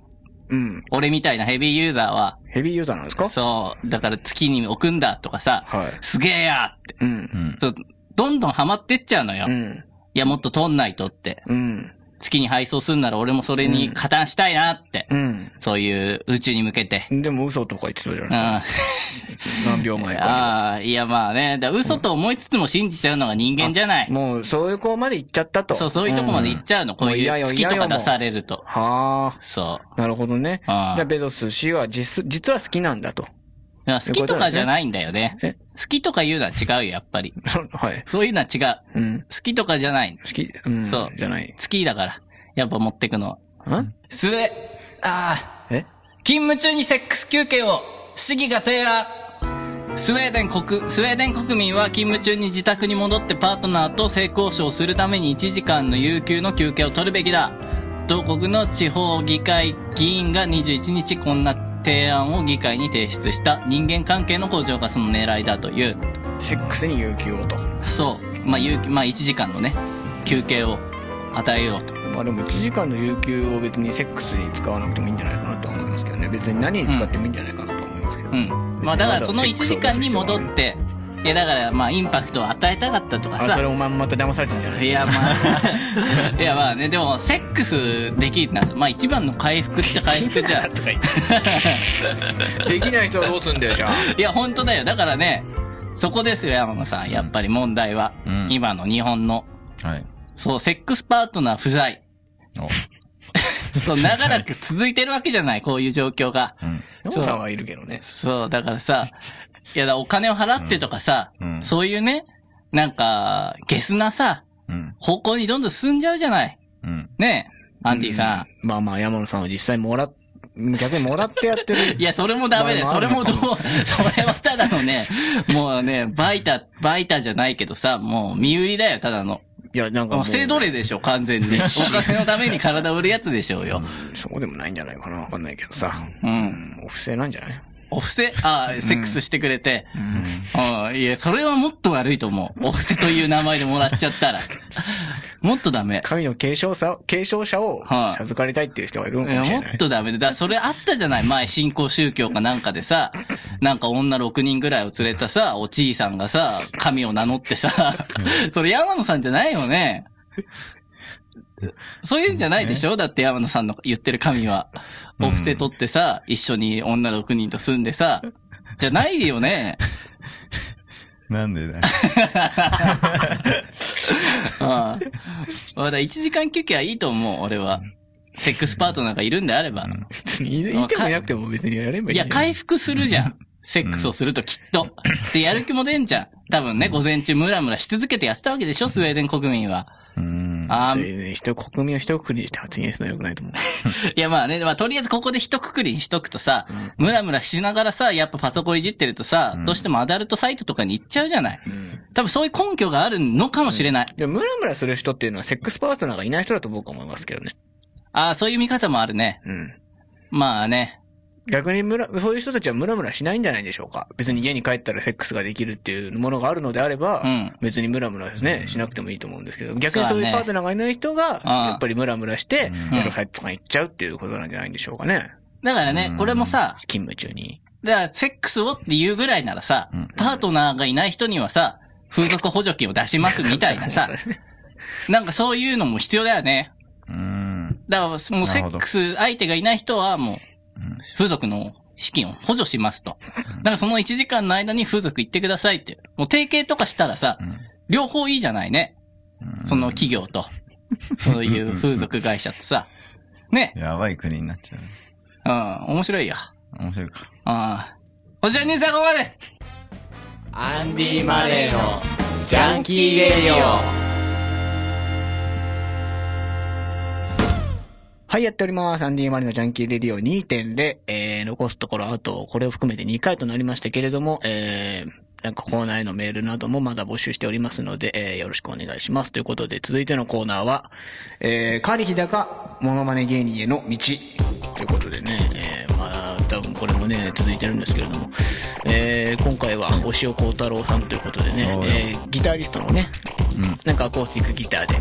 S1: うん
S2: 俺みたいなヘビーユーザーは。
S1: ヘビーユーザーなんですか
S2: そう、だから月に置くんだとかさ。
S1: はい
S2: すげえやって。
S1: うん
S3: うん。
S2: そう、どんどんハマってっちゃうのよ。
S1: う
S2: い
S1: ん
S2: や、もっと取んないとって。
S1: うん
S2: 月に配送するなら俺もそれに加担したいなって。
S1: うん
S2: そういう宇宙に向けて。
S1: でも嘘とか言ってたじゃ
S2: うん。
S1: ない
S2: あ
S1: 何秒前か
S2: あ、いやまあね。だから嘘と思いつつも信じちゃうのが人間じゃない。
S1: もうそういう子まで行っちゃったと
S2: そう、そういうとこまで行っちゃうの。こう
S1: もう嫌
S2: い
S1: よ
S2: う月
S1: 嫌
S2: とか
S1: よもう
S2: 出されると。
S1: はあ、
S2: そ
S1: なるほどね。じ
S2: ああ
S1: ゃあ、ベゾス氏は実、実は好きなんだと。
S2: う。だから好きとかじゃないんだよね。
S1: え [laughs]
S2: 好きとか言うのは違うよ、やっぱり。
S1: はい。
S2: そういうのは違
S1: う
S2: う。
S1: ん。
S2: 好きとかじゃない。
S1: 好き、うん。
S2: そう。
S1: じゃない。
S2: 月だから。やっぱ持ってくのは。
S1: ん
S2: すれ、ああ、
S1: え
S2: 勤務中にセックス休憩を、市議が提案。スウェーデン国、スウェーデン国民は勤務中に自宅に戻ってパートナーと性交渉をするために1時間の有給の休憩を取るべきだ。同国の地方議会議員が21日こんな提案を議会に提出した人間関係の向上がその狙いだという。
S1: セックスに有給をと。
S2: そう。まあ、有まあ、1時間のね、休憩を与えようと。
S1: まあでも1時間の有給を別にセックスに使わなくてもいいんじゃないかなとは思いますけどね。別に何に使ってもいいんじゃないかなと思いますけど。
S2: うん。まあだからその1時間に戻って、いやだからまあインパクトを与えたかったとか
S1: あ、それ
S2: さ。
S1: お前また騙されてんじゃない
S2: いやまあ、い [laughs] やまあね、でもセックスできるな。まあ一番の回復っちゃ回復じゃ
S3: [laughs]
S2: ん。
S1: [laughs] できない人はどうすんだよ、じゃあ。
S2: いや本当だよ。だからね、そこですよ山野さん。やっぱり問題は。
S3: うん
S2: 今の日本の。
S3: はい。
S2: そう、セックスパートナー不在。
S3: お
S2: そう、長らく続いてるわけじゃない、こういう状況が。
S3: うん。
S1: ヨ
S2: そう
S1: さんはいるけどね。
S2: そう、だからさ、いやだ、お金を払ってとかさ、
S3: うんうん
S2: そういうね、なんか、ゲスなさ、
S3: うん。
S2: 方向にどんどん進んじゃうじゃない。
S3: うん。
S2: ねえ、アンディさん。
S1: まあまあ、山野さんは実際もらっ、逆にもらってやってる。
S2: [laughs] いや、それもダメだよ。
S1: まあま
S2: それ
S1: あ
S2: もどう、
S1: [laughs]
S2: それはただのね、もうね、バイタ、バイタじゃないけどさ、もう身売りだよ、ただの。
S1: いや、なんか
S2: も
S1: も
S2: う
S1: う。
S2: 性奴隷でしょ、完
S1: [laughs]
S2: 全に。お金のために体売るやつでしょうよ。
S1: そうでもないんじゃないかな、わかんないけどさ。
S2: うん。
S1: 不正なんじゃない
S2: お布施、あーセックスしてくれて、うん、いや、それはもっと悪いと思う。お布施という名前でもらっちゃったら。もっとダメ。
S1: 神の継承者、継承者を
S2: はい
S1: 授かりたいっていう人がいるのか
S2: い
S1: も
S2: や、
S1: しれ
S2: も
S1: な
S2: っ
S1: い。
S2: とダメで。だ、それあったじゃない前、新興宗教かなんかでさ、なんか女6人ぐらいを連れたさ、おじいさんがさ、神を名乗ってさ、それ山野さんじゃないよね。そういうんじゃないでしょだって山野さんの言ってる神は。お布施取ってさ、一緒に女6人と住んでさ、じゃない
S1: [laughs]
S2: よね。
S3: なんでだ
S2: ああ。まだ1時間休憩はいいと思う、俺は。セックスパートナーがいるんであれば。
S1: 別に言ってもいなくても別にやればいい
S2: [laughs] い
S1: じゃ
S2: や、
S1: ん。
S2: 回復するじゃん。セックスをするときっと。で、やる気も出んじゃん。多分ね、午前中ムラムラし続けてやってたわけでしょ、スウェーデン国民は。
S3: うん。
S2: あ
S1: そう
S2: ー
S1: いうね人、国民を一括りにして発言するのは良くないと思う。
S2: いやまあね、まあとりあえずここで一括りにしとくとさ、ムラムラしながらさ、やっぱパソコンいじってるとさ、どうしてもアダルトサイトとかに行っちゃうじゃない。多分そういう根拠があるのかもしれない。
S1: でも、ムラムラする人っていうのはセックスパートナーがいない人だと僕は思いますけどね。
S2: ああ、そういう見方もあるね。
S1: うん。
S2: まあね。
S1: 逆にムラ、そういう人たちはムラムラしないんじゃないでしょうか。別に家に帰ったらセックスができるっていうものがあるのであれば、
S2: うん
S1: 別にムラムラですね、しなくてもいいと思うんですけど、逆
S2: そう
S1: にそう
S2: だね
S1: いうパートナーがいない人が、
S2: ああ
S1: やっぱりムラムラして
S3: う、
S2: ん
S1: エロサイトとかに行っちゃうっていうことなんじゃないんでしょうかね。
S2: だからね
S3: う、ん
S2: これもさ、
S1: 勤務中に。
S2: だからセックスをって言うぐらいならさ
S3: うん、
S2: パートナーがいない人にはさ、風俗補助金を出しますみたい
S1: [laughs]
S2: な
S3: [laughs]
S2: さ、なんかそういうのも必要だよね。
S3: うん。
S2: だから、もうセ
S3: なるほ
S2: ッ
S3: ど
S2: クス相手がいない人はもう、風俗の資金を補助しますと。だからその1時間の間に風俗行ってくださいって。もう提携とかしたらさ、両方いいじゃないね。その企業と、そういう風俗会社とさ。ね。
S3: やばい国になっちゃう。
S2: うん、面白いよ。
S3: 面白いか。
S2: ああ。おじゃにさんここまで
S4: アンディ・マレーのジャンキー・レディオ
S1: はい、やっております。アンディ・マリのジャンキーレディオ2.0。えー、残すところあと、これを含めて2回となりましたけれども、えー、なんかコーナーへのメールなどもまだ募集しておりますので、えー、よろしくお願いします。ということで、続いてのコーナーは、えー、カリヒダか、モノマネ芸人への道。ということでね、えー、まあ、多分これもね、続いてるんですけれども、えー、今回は、押尾幸太郎さんということでね
S3: そうよ、
S1: えー、ギタリストのね、なんかアコースティックギターで、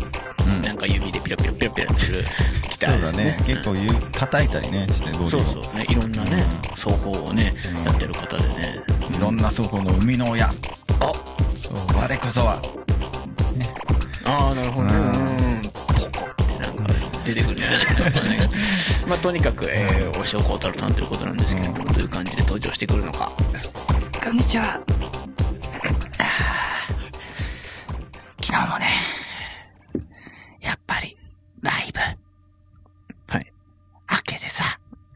S1: なんか指でピロピロピロピロやってるギタ
S3: そ
S1: ー
S3: う
S1: で
S3: だ
S1: すね
S3: ね。。結構言う、叩いたりね、して、どう
S1: そうそうね、いろんなね、奏法をね、やってる方でね。
S3: いろんな双方の生みの親。
S1: あ、
S3: そう我こそは。
S1: ああ、なるほどね。うん。ポコってなんか出てくるね。やっぱね [laughs] まあ、とにかく、えー、おしょうこうたるさんということなんですけども、どういう感じで登場してくるのか。
S2: こんにちは。昨日もね、やっぱり、ライブ、
S1: はい。
S2: 明けでさ、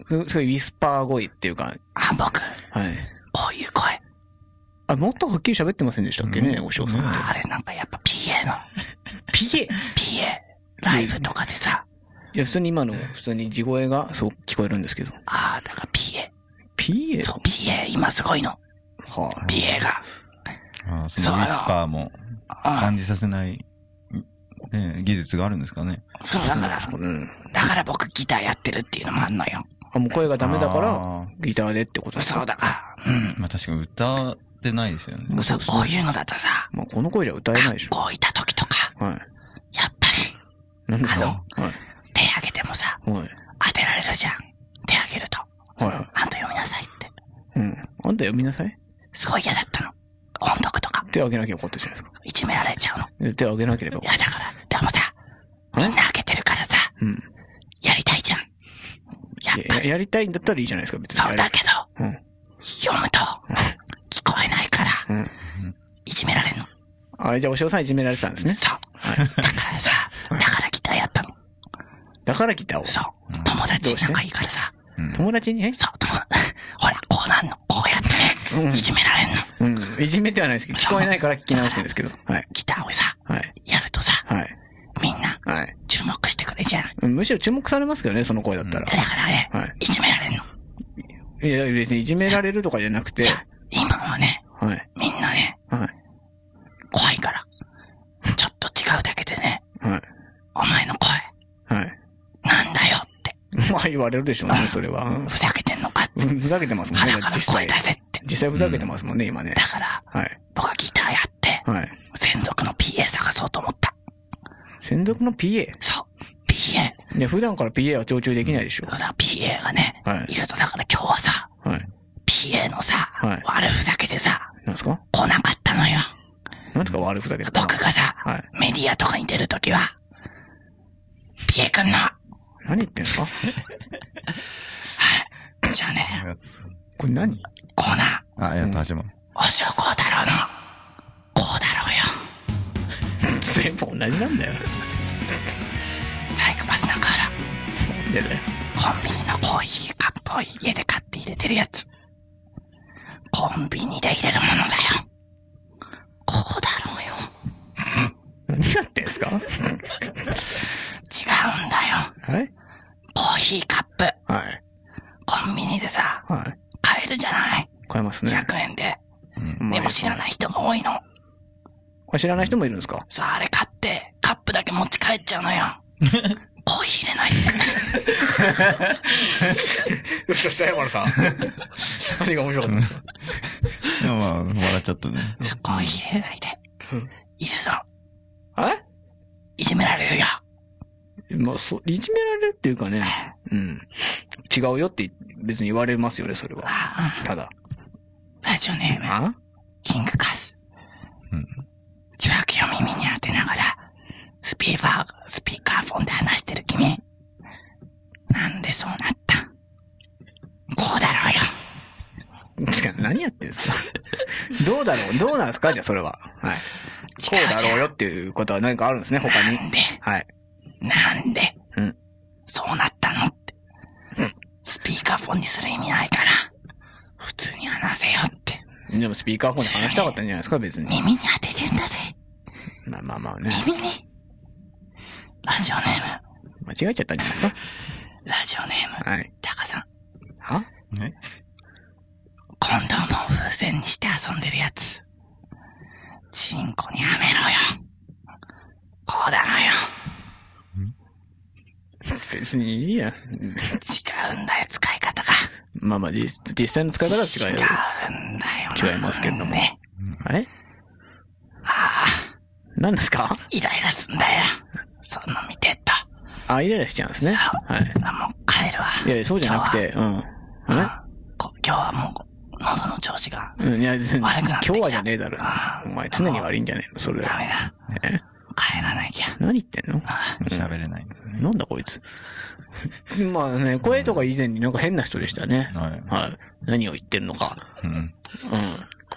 S1: ふそういうウィスパー声っていうか、
S2: あ、僕、
S1: はい。
S2: こういう声。
S1: あ、もっとはっきり喋ってませんでしたっけね、おしょうさんって。
S2: あれなんかやっぱ PA の、
S1: ピエ
S2: PA、ライブとかでさ、
S1: いや、普通に今の、普通に地声がそう聞こえるんですけど。
S2: ああ、だから PA、
S1: ピエ
S2: そう、PA、今すごいの。
S1: はあ
S2: PA が、
S3: あー
S2: そ
S3: そうのウィスパーも
S2: あ
S3: 感じさせない、ね、技術があるんですかね。
S2: そう、だから、
S1: うん。
S2: だから僕ギターやってるっていうのもあんのよ。
S1: あ、もう声がダメだか
S3: あ
S1: ら、ギターでってことです
S2: そうだから、うん。
S3: まあ確かに歌ってないですよね。
S2: そう、こういうのだとさ、
S1: まあ、この声じゃ歌えないでし
S2: 学
S1: ょ。
S2: 校いた時とか、
S1: はい。
S2: やっぱり、
S1: 何ですか
S2: あ
S1: はい。
S2: 手あげてもさ、
S1: はい。
S2: 当てられるじゃん。手あげると。
S1: はいは
S2: あんた読みなさいって。
S1: い。うん。あんた読みなさい。
S2: すごい嫌だったの。音読とか、
S1: 手を挙げなきゃよかったじゃないですか
S2: いじめられちゃうの。。
S1: で手を挙げなければ
S2: い。や、だから、でもさ、みんな開けてるからさ、
S1: うん。
S2: やりたいじゃん。やっ
S1: い
S2: ぱ
S1: や
S2: り、
S1: やりたいんだったらいいじゃないですか、別に。
S2: そうだけど、
S1: うん。
S2: 読むと、聞こえないから
S1: ん、
S2: いじめられんの。
S1: あれじゃあ、おしおさんいじめられてたんですね。
S2: そう。だからさ、だからギターやったの。
S1: だからギターを。
S2: そう。友達仲いいからさ、
S1: 友達にね。
S2: そう、友 [laughs] 達、ほら、こうなんの、こうやってね、いじめられんの。
S1: うん。いじめではないですけど、聞こえないから聞き直してるん
S2: [laughs]
S1: ですけど。はい。
S2: ギターをさ、
S1: はい。
S2: やるとさ、
S1: はい。
S2: みんな、
S1: はい。
S2: 注目してくれじゃん。
S1: うんむしろ注目されますけどね、その声だったら
S2: え。だからね、
S1: はい
S2: い、じめられんの。
S1: いや、別にいじめられるとかじゃなくて。
S2: 今はね、
S1: はい。
S2: みんなね、
S1: はい。
S2: 怖いから。ちょっと違うだけでね、
S1: はい。
S2: お前の声、
S1: はい。
S2: なんだよって、
S1: まあ言われるでしょうね、それは。うん
S2: ふざけてんのかっ
S1: うんふざけてますもんね
S2: 裸、の
S1: 実
S2: 声
S1: 際
S2: 出。せって。
S1: 実際ふざけてますもんね、今ね
S2: だ。から、
S1: はい。
S2: 僕はギターやって、
S1: はい。
S2: 専属の PA 探そうと思った。
S1: 専属の PA?
S2: そう。PA。
S1: いや、普段から PA は徴収できないでしょ。
S2: さ、PA がね、
S1: はい
S2: いると、だから今日はさ、
S1: はい。
S2: PA のさ、
S1: はい
S2: 悪ふざけでさ、
S1: なんですか
S2: 来なかったのよ。
S1: なんですか悪ふざけたな
S2: 僕がさ、
S1: はい
S2: メディアとかに出るときは、PA くんの、
S1: 何言ってんすか
S2: じゃあね、
S1: これ何
S2: コーナー、
S3: あ、やっと始まる。
S2: 押尾幸太郎の、幸太郎よ。
S1: 全部同じなんだよ。
S2: サイコパスなから、
S1: いやだよ
S2: コンビニのコーヒーカップを家で買って入れてるやつ。コンビニで入れるものだよ。幸太郎よ。
S1: 何やってんすか
S2: 違うんだよ。
S1: はい
S2: コーヒーカップ、
S1: はい。
S2: コンビニでさ、
S1: はい。
S2: 買えるじゃない
S1: 買えますね。
S2: ?100 円で。
S1: まあ
S2: でも知らない人が多いの。
S1: これ知らない人もいるんですか
S2: そう、あれ買って、カップだけ持ち帰っちゃう
S1: [laughs]
S2: のよ。コーヒー入れないで。
S1: どうした下山 [laughs] さん。何が面白かったんですか
S3: いやまあ、笑っちゃったね。
S2: コーヒー入れないで
S1: うん。
S2: いるぞ。
S1: え
S2: いじめられるよ。
S1: まあ、そう、いじめられるっていうかね、うん。違うよって別に言われますよね、それは。
S2: あ
S1: ただ。
S2: あ、ラジオネーム、
S1: あ
S2: キングカス。
S3: うん
S2: 受話器を耳に当てながら、スピーカー、スピーカーフォンで話してる君。なんでそうなったこうだろうよ。
S1: てか [laughs] 何やってんですか [laughs] どうだろうどうなんですかじゃあ、それは。はい。こ
S2: 違う
S1: うだ
S2: じゃ
S1: ろ
S2: ん
S1: うよっていうことは何かあるんですね、他に
S2: な。んで、
S1: はい。
S2: なんで、
S1: うん
S2: そうなったのって。スピーカーフォンにする意味ないから、普通に話せよって。
S1: でもスピーカーフォンで話したかったんじゃないですか、別に。
S2: 耳に当ててんだぜ。
S1: まあまあまあね。
S2: 耳に。ラジオネーム、
S1: 間違えちゃったんじゃないです
S2: ラジオネ
S1: か
S2: ーム、
S1: はい。
S2: タカさん。
S1: は
S3: え
S2: コンドームを風船にして遊んでるやつ。チンコにはめろよ。こうだろよ。
S1: 別にいいや。
S2: 違うんだよ、使い方が。
S1: まあまあ、実実際の使い方は違うよ。
S2: 違うんだよ。
S1: 違いますけれども
S2: ね。
S1: あれ何ですか
S2: イライラすんだよ。その見てっと。
S1: あ、イライラしちゃうんですね。
S2: そう
S1: はい。
S2: あ、もう帰るわ。
S1: いやいや、そうじゃなくて、うん。
S2: あこ今日はもう、喉の調子が
S1: うん、いや、別に今
S2: 悪くなって
S1: 日
S2: きた
S1: はじゃねえだろ
S2: あ。
S1: お前常に悪いんじゃねえのそれ。
S2: ダメだ。
S1: え
S2: 帰らなきゃ。
S1: 何言ってんの
S3: 喋れないんですよね。
S1: なんだこいつ。まあね、声とか以前になんか変な人でしたね。
S3: はい
S1: はい。何を言ってるのか。
S3: うん。
S1: うん。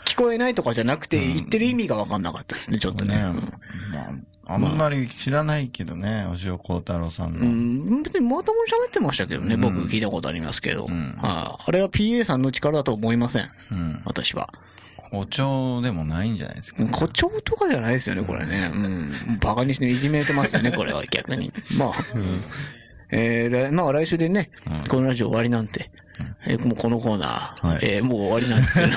S1: 聞こえないとかじゃなくて、言ってる意味がわかんなかったですね、ちょっとね。うん
S3: まあ、あんまり知らないけどね、お塩幸太郎さん
S1: う
S3: の。
S1: ん、別にまともに喋ってましたけどね、
S3: うん
S1: 僕聞いたことありますけど。
S3: うん
S1: はいあれは PA さんの力だと思いません、
S3: うん。
S1: 私は。
S3: 誇張でもないんじゃないですか。
S1: 誇張とかじゃないですよね、これね。うん。バカにしていじめてますよね、これは逆に。まあ。えー、来まあ来週でね、
S3: うん
S1: このラジオ終わりなんて、えーもうこのコーナー、
S3: はい
S1: えーもう終わりなんですけど、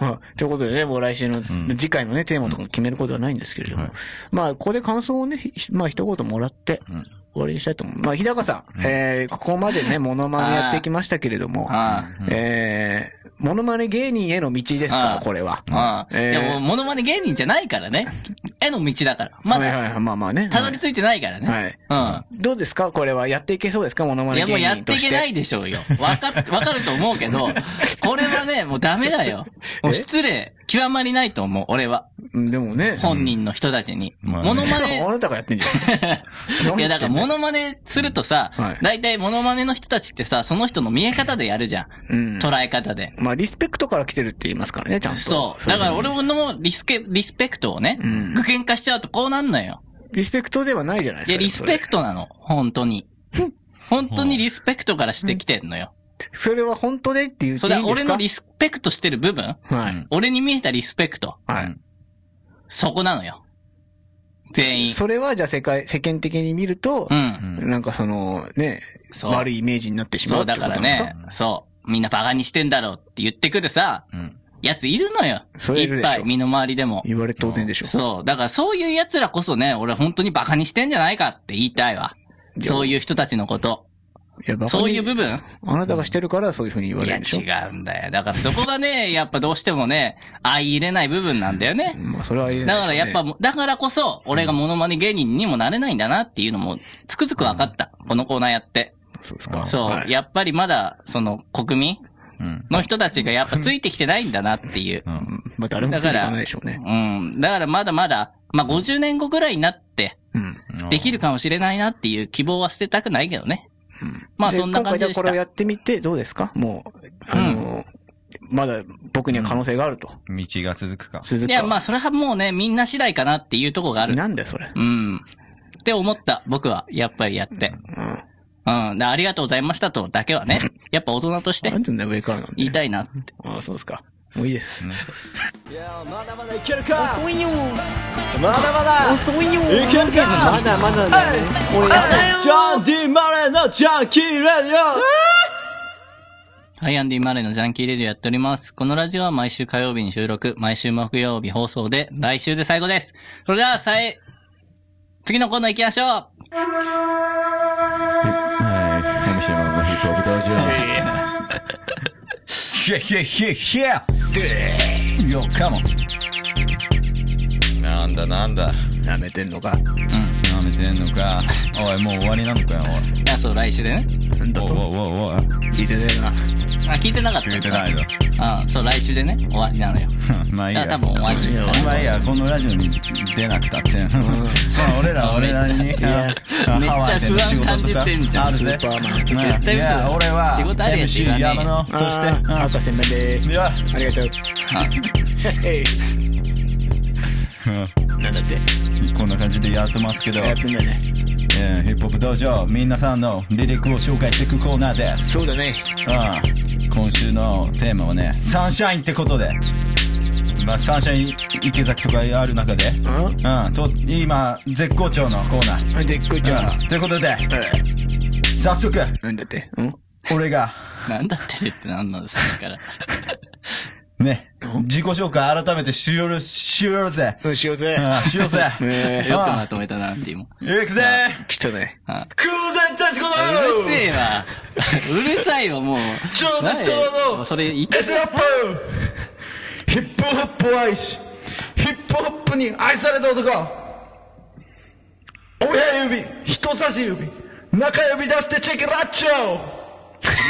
S1: [laughs]
S2: [laughs]
S1: まあということでね、もう来週の、次回のね、テーマとかも決めることはないんですけれども、
S3: はい
S1: まあここで感想をね、ひまあ一言もらって、
S3: うん
S1: 終わりにしたいと思う。まあ、日高さん、えー、ここまで
S2: [laughs]
S1: ね、モノマネやってきましたけれども、
S2: あ
S1: えー、モノマネ芸人への道ですか
S2: あ
S1: ら、これは。
S2: ああ、
S1: えー
S2: でも、モノマネ芸人じゃないからね。絵の道だから。
S1: は
S2: ま
S1: い
S2: だ、
S1: はいはい、まあまあね。
S2: たどり
S1: い
S2: 着いてないからね。
S1: はい
S2: うん。
S1: どうですかこれはやっていけそうですかモノマ
S2: い
S1: ネ
S2: や、も
S1: 芸
S2: うやっ
S1: 人
S2: て
S1: と
S2: い
S1: して。
S2: けないでしょうよ。わ
S1: [laughs]
S2: かっ、わかると思うけど、これはね、もうダメ
S1: [laughs]
S2: だよ。もう失礼、極まりないと思う、俺は。
S1: うんでもね。
S2: 本人の人たちに。
S3: まあね
S2: モノマ
S1: [laughs] あ
S2: ネ、
S1: なたがやってんじゃん。
S2: [laughs] いや、だからモノマネするとさ
S1: はい、
S2: 大体モノマネの人たちってさ、その人の見え方でやるじゃ
S1: うん
S2: ん。捉え方で。
S1: まあ、リスペクトから来てるって言いますからね、ちゃんと。
S2: そう。だから俺のリスケ、リスペクトをね、
S1: ん
S2: 具現化しちゃうとこうなんのよ。
S1: リスペクトではないじゃないで
S2: い
S1: す
S2: や、
S1: か。
S2: リスペ
S1: ト
S2: クトなの。本
S1: [laughs]
S2: 当に。本当にリスペクトからしてきてんのよ。
S1: それ。それは本当でって言っていいんです
S2: そ
S1: か
S2: れは俺のリスペクトしてる部分
S1: は
S3: うん
S1: い。
S2: 俺に見えたリスペクト。
S1: はい。
S2: そこなのよ。全員。
S1: それは、じゃあ世界、世間的に見ると
S2: う、ん。
S1: なんかその、ね、
S2: そう
S1: 悪いイメージになってしま
S2: そうう
S1: ってこ
S2: だ
S1: と
S2: か
S1: なん
S2: ら
S1: ですか
S2: ね。そう。みんなバカにしてんだろうって言ってくるさ、
S3: うん。
S2: やついるのよ。
S1: それいる
S2: いっ
S1: でしょ
S2: ぱい、身の回りでも。
S1: 言われ当然でしょ。
S2: そう。だからそういう奴らこそね、俺本当にバカにしてんじゃないかって言いたいわ。
S1: いや
S2: そういう人たちのこと。
S1: や、バカに
S2: そういう部分
S1: あなたがしてるからそういうふうに言わ
S2: い
S1: れ
S2: や、
S1: るんでしょ。
S2: 違うんだよ。だからそこがね、やっぱどうしてもね、相入れない部分なんだよね。
S1: まあ、それは言えない
S2: だか
S1: です
S2: ら
S1: よね
S2: やっぱ、だからこそ、俺がモノマネ芸人にもなれないんだなっていうのも、つくづく分かった。このコーナーやって。
S1: そうですか。
S2: そう、
S1: はい
S2: やっぱりまだ、その、国民
S3: うん。
S2: の人たちがやっぱついてきてないんだなっていう。
S3: うん。
S1: まあ、誰もつ
S2: だ
S1: いてい
S2: か、
S1: からないでしょうね。
S2: うん。だからまだまだ、まあ、50年後ぐらいになって、
S1: うん。
S2: できるかもしれないなっていう希望は捨てたくないけどね。まあ、そんな感じでし
S1: 今回じゃあこれ
S2: た。
S1: をやってみて、どうですかもう、あの、まだ僕には可能性があると。
S3: 道が続くか。
S1: 鈴
S2: い
S1: 木
S2: や、
S1: は。
S2: まあ、それはもうね、みんな次第かなっていうとこがある。
S1: なんでそれ。
S2: うん。って思った、僕は、やっぱりやって。
S1: うん。
S2: うん。でありがとうございましたと、だけはね、やっぱ大人として
S1: なんでんだ上からなんだよ
S2: 言いたいなって。
S1: ああ、そうですか。もういいです。
S4: いやまだまだいけるか
S5: 遅いよ
S4: まだまだ
S5: 遅いよ
S4: いけるか
S5: まだまだだね俺だ
S4: ジャン・ディ・マレーのジャンキー・レディオ
S2: はい、アンディ・マレーのジャンキーレディオやっております。このラジオは毎週火曜日に収録、毎週木曜日放送で、来週で最後です。それでは、さい、次のコーナー行きましょう
S3: はい。今週もご視聴ありがとうございました。ヒェヒェヒェヒェでよ、カモン。なんだなんだ。
S1: 舐めてんのか。
S2: うん。い
S3: 舐めてんのか。おい、もう終わりなのかよ、
S2: や、そう、来週でね。
S1: なんだ
S3: おい。お
S1: と。
S3: いおいおい
S1: 聞いてねえな。
S2: あ、聞いてなかった。
S3: おい。聞いてないぞ。
S2: うん、そう、来週でね、終わりなのよ。
S3: まあいい
S2: だ
S3: や。
S2: から多分終わり
S1: いや
S2: だ
S3: まあいいや、このラジオに出なくたって。まあ俺らは俺らに。あ
S2: めっちゃ
S3: ハワイでの仕事と
S2: 不安
S3: か
S2: 感じてんじゃん
S3: ある
S1: ス
S3: ぜ。
S1: ーパーマン。
S3: まあ
S2: 絶対嘘だ
S3: いや、俺は、
S2: 仕事あるやつ言わね
S3: MC
S2: え
S3: 山野、そし
S1: あ
S3: て、
S1: ー赤せんべいで
S3: うん。いや、
S1: あ
S2: [laughs]
S1: りがとう。えい。なんだって。
S3: こんな感じでやってますけど、
S1: やってんだね。
S3: えーヒップホップ道場、皆さんのリリックを紹介していくコーナーです。
S1: そうだね。
S3: うん今週のテーマはね、サンシャインってことで、まあサンシャイン池崎とかある中で、
S1: う
S3: うん、と今、絶好調のコーナー。
S1: んでっこいちゃん。
S3: うんということで、早速、
S1: なんだって。うん
S3: 俺が、
S2: なんだってってなんなんですから。
S3: ね、自己紹介改めてしよる、しよるぜ。
S1: うん、しようぜ。
S3: うんしようぜ。
S1: ね
S2: よくまとめたな、っていうも。
S3: うん行くぜ
S1: 来た [laughs] ね。
S2: うん
S4: クーゼン・ゼスコマ
S2: うるせえわ。うるさいわ、もう。
S4: 超絶高の
S2: もうそれ、いけ
S4: エスラップヒップホップを愛し、ヒップホップに愛された男親指、人差し指、中指出してチェケラッチョ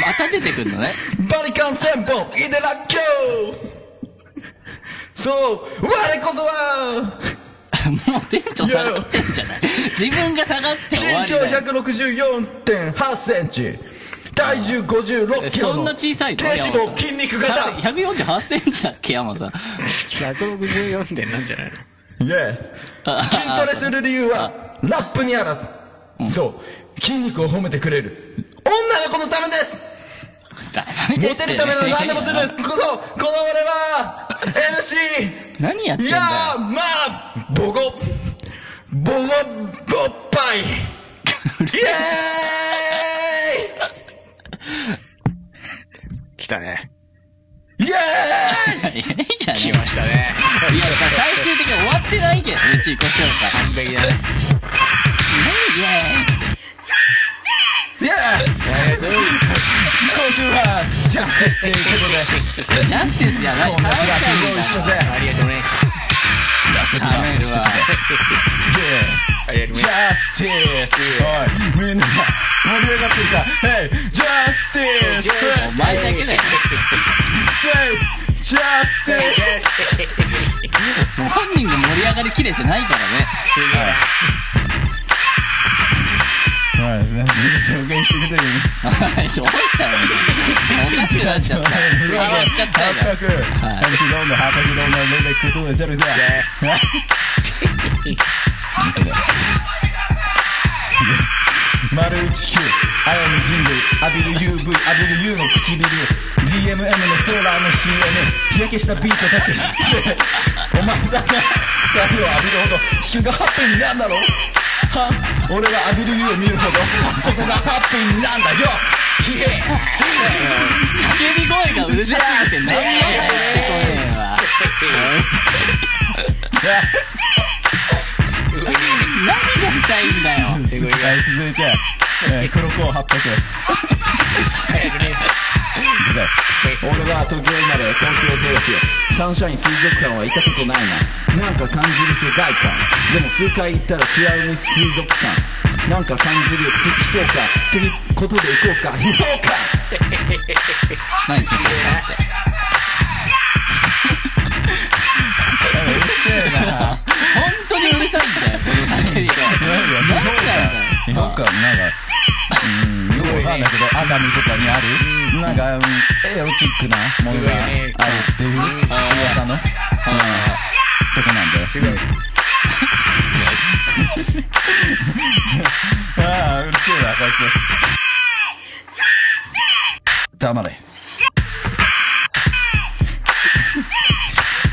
S2: また出てくんのね。
S4: バリカン千本、イデラッキョそう、我こそは
S2: もうテンション下がってんじゃない自分が下がって終わ
S4: 身
S2: り
S4: 長
S2: だよ。
S4: 164.8センチ体重56キロ
S2: そん
S4: の
S2: な小さいの
S4: 低脂肪筋肉型
S2: 148センチだっけ、山さん。
S1: 164点なんじゃないの
S4: Yes 筋トレする理由はラップにあらず、そう筋肉を褒めめてくれる女の子のためです
S2: モ
S4: モテるためなら何でもする
S2: [laughs]
S4: こそこの俺は MC
S2: 何やってん
S4: い
S2: だ
S4: や
S2: よ。
S4: ーまあボコボコボっぱいイ
S1: 来たね。
S4: エーイ
S2: い
S4: イエーイ
S2: やいいじゃね
S1: 来ましたね。
S2: いや、だから最終的に終わってないけど、うち自己紹介。
S1: 完璧だね。
S2: 何イエーイ
S4: いや
S3: 今週は、ジャスティスということ
S2: ジャスティスじゃない。感謝
S3: で、用意し
S2: だ。
S3: たぜ。
S1: ありがとうね。
S3: ジャスティス。
S2: 冷めるわ。
S1: ありがとうね
S3: ジ。ャスティスおい、みんな、盛り上がってるか Hey! ジャスティス
S2: お前だけだよ。
S3: Say! ジャスティス
S2: 本人が盛り上がりきれてないからね。
S3: はいですね。紹介してくれてる。
S2: はい、どうしたのおかしくなっちゃった。伝わっちゃった
S4: [laughs]
S2: よ。
S3: 800。MC ロンドン、800ロンドン、レベック、届いてるぜ。 [laughs] 丸1 9あやの人類浴びる UV 浴びる U の唇 DMM のソーラーの CM 日焼けしたビートたけし [laughs] お前さんが光を浴びるほど地球がハッピーになんだろは俺は浴びる U を見るほどそこがハッピーになんだよひえ
S2: 叫び声がうるさすぎて何も入ってこねえわ。何がしたいんだよ。
S3: はい続いてえー黒子800円。うざい
S4: 俺は東京生まれ東京育ちサンシャイン水族館は行ったことないななんか感じる世界観でも数回行ったら違う水族館なんか感じる悲壮感ってことで行こうか行こうか
S2: 何聞いてるのって。うるせえな。本当にうるさいんだよ、この叫びが。
S3: [laughs]
S2: 何なんだよ。
S3: 日本か、なんか、うん、よくわかんないけど、熱海とかにある、なんか、うんエロチックなものがあるっていう噂の、うん、とこなんだよ。
S1: 違う。
S3: ああ、うるせえな、こいつ。黙れ。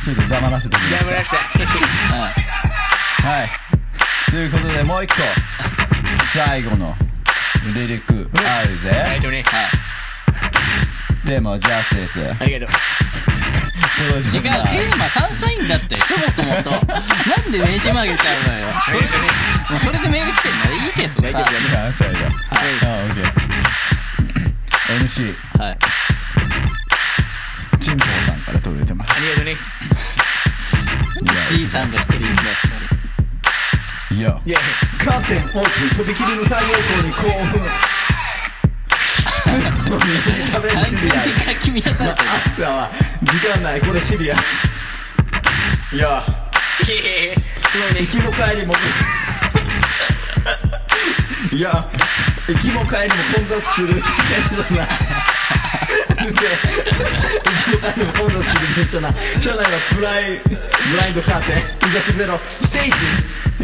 S3: ちょっと黙らせてください。
S1: ら
S3: はい。ということで、もう一個、最後のリリックある
S1: 大
S3: ぜ。
S1: 丈夫ね。
S3: でも、ジャスティス。
S1: ありがとう。
S2: 違う、テーマサンシャインだって、そもそもと。なんでねじ曲げちゃうのよ。それで、もうそれでメール来てんのいいけどさ。
S3: マ。シャイだ。あ、オッケー。MC、
S2: はい。
S3: チンポウさんから届いてます
S1: あ。りがとうね。
S2: G さんが一人いるんだ
S3: いや、
S1: いや、
S4: カーテンオープン飛び切りの太陽光に興奮スプーンを握り
S2: 完
S4: 食
S2: 全
S4: べるシ
S2: に
S4: リアル
S2: 書き乱されてる。
S4: 暑さは時間ないこれシリアスいや生きも帰りもいや生きも帰りも混雑する電車なうるせえ生きも帰りも混雑する電車な車内はブライブラインドカーテン日差しゼロステージ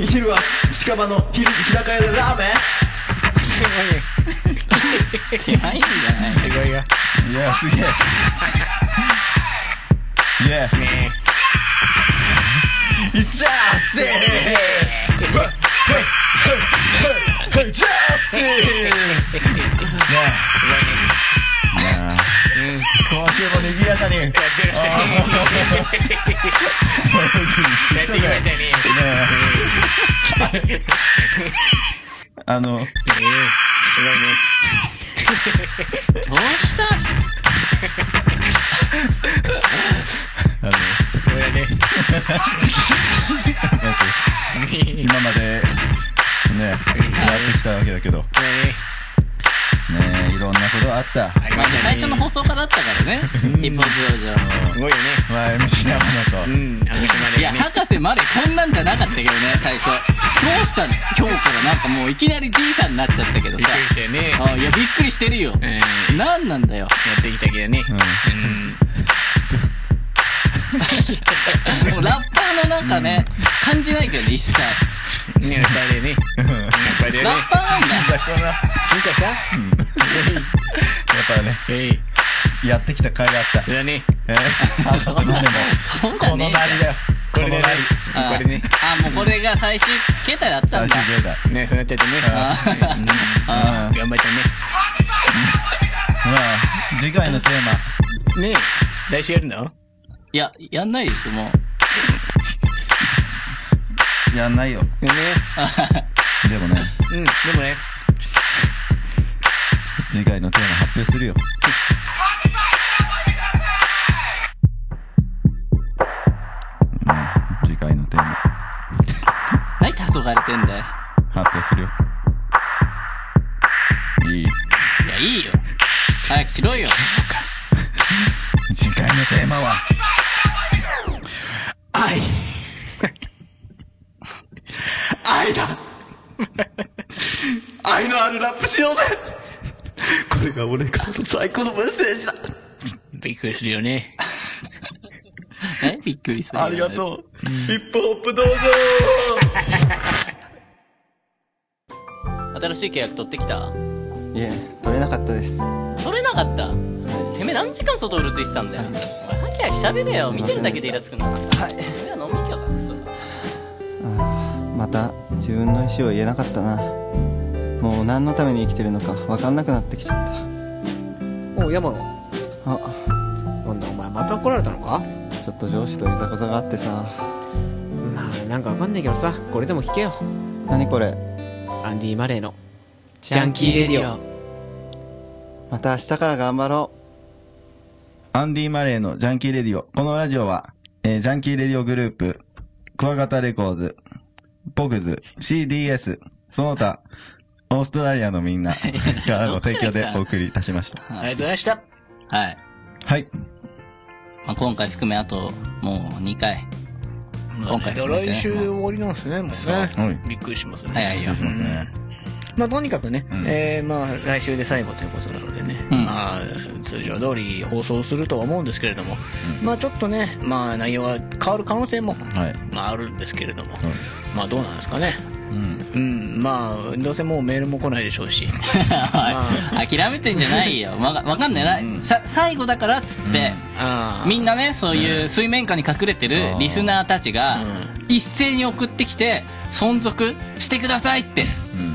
S4: 昼は近場の昼日高屋でラーメン
S1: すご
S2: 手前んじゃない
S1: いね。すごいよ。
S3: いや、 [laughs] すげえ。いや、
S1: ね
S4: ジャスティスジャスティス
S1: え。すごいね。
S3: 今週も賑やかに。やって
S1: 出ま
S3: [laughs]
S1: したね。やってきましたね。
S3: [laughs] あの、
S1: すごいね。
S2: どうした
S3: あの、
S1: これね。
S3: 今まで、ね、やってきたわけだけど、ね、いろんなことあった。
S2: まあ最初の放送からあったからね。ヒップホップ道場。
S1: すごいよね。
S3: まあ、MC 山
S1: う
S3: 本
S1: ん、あそこま
S2: い
S1: で
S2: や、
S1: ね。
S2: 博士までこんなんじゃなかったけどね、最初。どうしたの今日からなんかもういきなり G さんになっちゃったけど
S1: びっ
S2: さ。
S1: くりしたよね。や
S2: あいや、びっくりしてるよ。
S1: ん
S2: なんなんだよ。
S1: ってきたけどね。うん。
S2: もうラッパーのなんかね、感じないけどね、一切。
S1: ね、やっぱりね。やっぱりね
S2: ラ。ッパーなんだ。
S3: がそんな、やっ
S1: 進化した
S3: ぱね、
S1: えい。
S3: やってきた甲斐があった。
S1: それだね。
S3: えー、博士までも、
S2: そう
S3: こ
S2: だ
S3: のな
S2: ね
S3: り。だよ。
S1: これ
S3: の
S1: ね。
S3: な
S2: あ
S1: これね。
S2: あ、もうこれが最終形態だったん
S3: 最
S2: だ。
S3: 終形態。
S1: ね、そうなっちゃって
S2: あ
S1: ね。頑
S2: ーあ
S1: 張っ
S3: まあ、次回のテーマ、
S1: たね。ね来週やるの
S2: ーいや、やんないでしょ、もう。
S3: やんないよ。
S1: ね。
S3: でもね、
S1: うん、でもね。
S3: 次回のテーマ発表するよ。うん次回のテーマ
S2: 何黄昏れてんだよ。
S3: 発表するよ。いい。
S2: いや、いいよ。早くしろよ。
S3: 次回のテーマは、
S4: 愛愛だ愛のあるラップしようぜこれが俺からの最高のメッセージだ
S1: びっくりするよね。
S2: [laughs] えびっくりするよ
S4: あ
S2: ね。
S4: りがとうヒップホップ道場
S2: 新しい契約取ってきた
S6: いえ取れなかったですは
S2: 取れなかった
S6: い
S2: てめえ何時間外うろついてたんだよお前ハキハキ喋れよ見てるだけでイラつくなて
S6: はい
S2: めえは飲み行きゃかくそ
S6: あーまた自分の意思を言えなかったなもう何のために生きてるのか分かんなくなってきちゃっ
S7: おう山野
S6: たあ
S7: なんだお前また怒られたのか
S6: ちょっと上司といざこざがあってさ
S7: まあなんかわかんないけどさこれでも聞けよ
S6: 何これ
S7: アンディ・マレーの
S5: ジャンキーレディオ
S6: また明日から頑張ろ
S3: アンディ・マレーのジャンキーレディオ。このラジオは、えージャンキーレディオグループ、クワガタレコーズ、ポグズ、CDS、その他、オーストラリアのみん [laughs] なからの提供でお送りいたしました。
S2: ありがとうございました。はい。
S3: はい。
S2: まあ、今回含めあと、もう2回。今回
S1: で
S2: 含めて、ね。
S1: 来週で終わりなんですね、もう
S3: はい
S1: ね。びっくりしますね。
S2: 早いよ。
S3: そうですね。
S1: まあ、とにかくね、えーまあ、来週で最後ということなのでね、
S2: うん
S1: まあ、通常通り放送するとは思うんですけれども、まあ、ちょっとね、まあ、内容は変わる可能性も、
S3: はい。
S1: まあ、あるんですけれども、
S3: い
S1: まあ、どうなんですかね。
S3: うん。
S1: うん、まあ、どうせもうメールも来ないでしょう [laughs] し、
S2: はい諦めてんじゃないよ。わかわかんないな。さ、最後だからっつって、
S1: あ
S2: みんなね、そういう水面下に隠れてるリスナーたちが、一斉に送ってきて、存続してくださいって、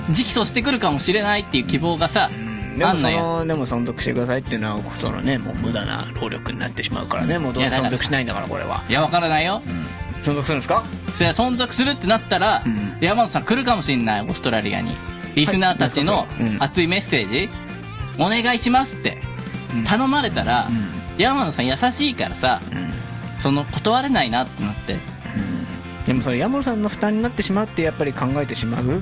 S2: 直訴してくるかもしれないっていう希望がさ、
S1: で
S2: あ
S1: も
S2: ん
S1: そ
S2: のよ。
S1: のでも存続してくださいっていうのはそのねもう無駄な労力になってしまうからねもうどうせ
S2: いやだか
S1: 存
S2: ら
S1: 続しないんだからこれはい
S2: や、わからないよ。
S1: 存続するんですか
S2: それは存続するってなったら、山本さん来るかもしれない、オーストラリアに。リスナーたちの熱いメッセージ、お願いしますって頼まれたら、山野さん優しいからさ、その断れないなってなって、
S1: でもそれ山野さんの負担になってしまうってやっぱり考えてしまう
S2: う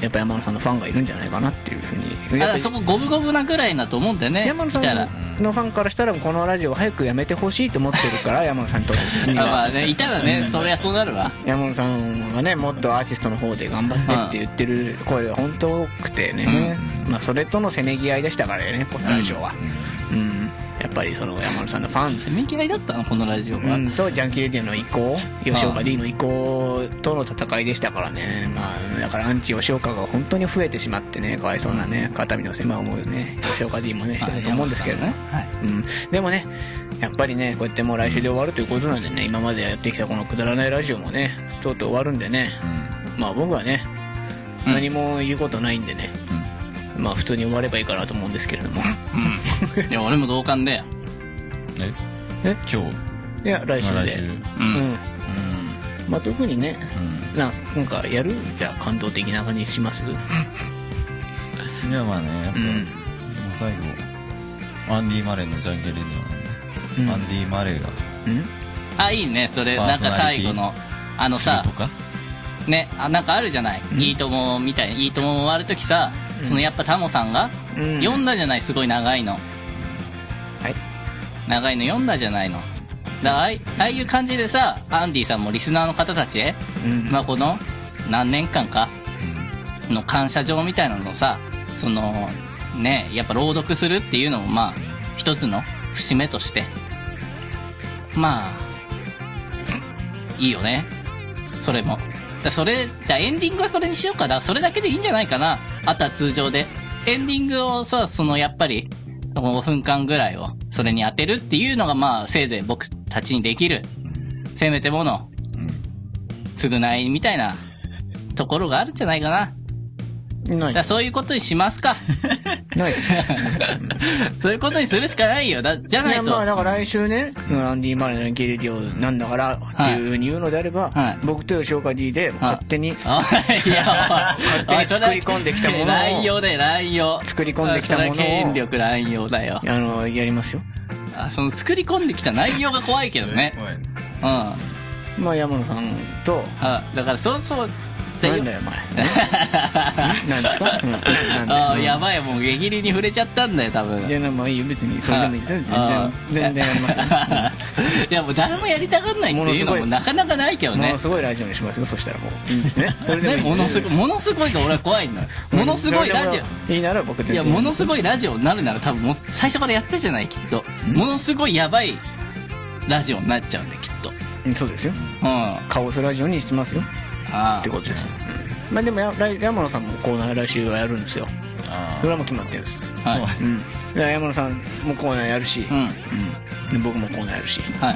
S1: やっぱ山野さんのファンがいるんじゃないかなっていうふうに
S2: ん。
S1: やっぱ
S2: だから
S1: り
S2: そこ五分五分なぐらいだと思うんだよね。
S1: 山野さ
S2: 来たら
S1: んのファンからしたらこのラジオ早くやめてほしいと思ってるから山野さんとみん
S2: あま
S1: な
S2: あね、いたらね、そりゃそうなるわ。
S1: 山野さんがねもっとアーティストの方で頑張ってって言ってる声が本当多くてね、まあ、それとのせめぎ合いでしたからねこのラジオは、うんやっぱりその山野さんのファン
S2: せめぎ合いだったの、このラジオは。
S1: うん、とジャンキーレディオの移行吉岡 D の移行との戦いでしたからね、まあ、だからアンチ吉岡が本当に増えてしまってねかわいそうなね肩身の狭い思いをね吉岡 D もねしてたと思うんですけどね、
S2: はい。
S1: うん、でもねやっぱりねこうやってもう来週で終わるということなんでね今までやってきたこのくだらないラジオもねとうとう終わるんでね、まあ僕はね
S2: うん
S1: 何も言うことないんでね、まあ普通に終わればいいかなと思うんですけれども
S2: いや、俺も同感で。
S3: え
S1: え
S3: 今日
S1: いや来週
S3: まあ
S1: で
S3: 来週。う
S2: う。
S3: ん。
S1: うんんまあ特にね、なんかなんかやるじゃあ感動的な感じにします
S3: うん。いや、まあね、やっぱ、
S1: うん
S3: もう最後、アンディ・マレーのジャンケレディオなんで、アンディ・マレーが、
S2: あ、いいね、それ、
S3: パー
S2: なん
S3: ソナリ
S2: か最
S3: ティ
S2: 後の、あのさ
S3: する、とか
S2: ね、あなんかあるじゃない、いいともみたいに、いいとも終わるときさ、そのやっぱタモさんが、
S1: うん
S2: 読んだじゃない、すごい長いの。
S1: はい
S2: 長いの読んだじゃないの。だからあいああいう感じでさ、アンディさんもリスナーの方たちへ、
S1: うん
S2: まあこの何年間かの感謝状みたいなのをさ、その、ね、やっぱ朗読するっていうのもまあ、一つの節目として、まあ、いいよね。それも。だそれ、だエンディングはそれにしようかな。それだけでいいんじゃないかな。あとは通常で。エンディングをさ、そのやっぱり、5分間ぐらいをそれに当てるっていうのがまあ、せいぜい僕たちにできる、せめてもの、償いみたいなところがあるんじゃないかな。
S1: な
S2: だからそういうことにしま
S1: [laughs]
S2: すか。
S1: ない
S2: そういうことにするしかないよ。だじゃ
S1: い
S2: ない
S1: や
S2: と。
S1: まあだから来週ね、アンディ・マレーのゲリディオなんだからっていうふうに言うのであれば、
S2: はい
S1: 僕と吉岡 D で勝手に
S2: あいや、
S1: [laughs]
S2: おい
S1: 勝手に作り込んできたものを
S2: おいそれは乱用だよ、乱用。
S1: 作り込んできたものを
S2: それは権力乱用だよ。
S1: あのやりますよ、
S2: あその作り込んできた内容が怖いけどね。
S3: お
S2: う
S3: い
S2: ん。あ
S1: まあ、山野さんと
S2: だから、そうそう。だ
S1: な
S2: よ
S1: んだよお前んなんですか、うん、な
S2: [laughs] あ
S1: なんで
S2: やばい、もう、下切りに触れちゃったんだよ、多分。
S1: い
S2: [laughs]
S1: やまあいいよ別にそれでもいいですよ全
S2: あ
S1: 然全然やりますよ
S2: いや、もう誰もやりたがんないっていうのもなかなかないけど
S1: も
S2: [laughs] ね
S1: の。すごいラジオにしますよそしたらもういいん
S2: [laughs]
S1: ですねそれでも
S2: ね、
S1: いい
S2: ものすごい、ものすごいが俺は怖
S1: [laughs]
S2: いのよ。ものすごいラジオ。
S1: オいいなら僕全
S2: い
S1: 然
S2: や、ものすごいラジオになるなら多分もう最初からやってたじゃない、きっと。ものすごいやばいラジオになっちゃうんで、きっと。
S1: うんそうですよ
S2: うん。あ
S1: カオスラジオにしてますよ
S2: あ
S1: って。ことです、うんまあでもや来山野さんもコーナー来週はやるんですよ
S3: あ
S1: それはもう決まってるんです、
S2: はい。
S1: うん、だから山野さんもコーナーやるし、
S2: うん。
S1: で僕もコーナーやるし
S2: は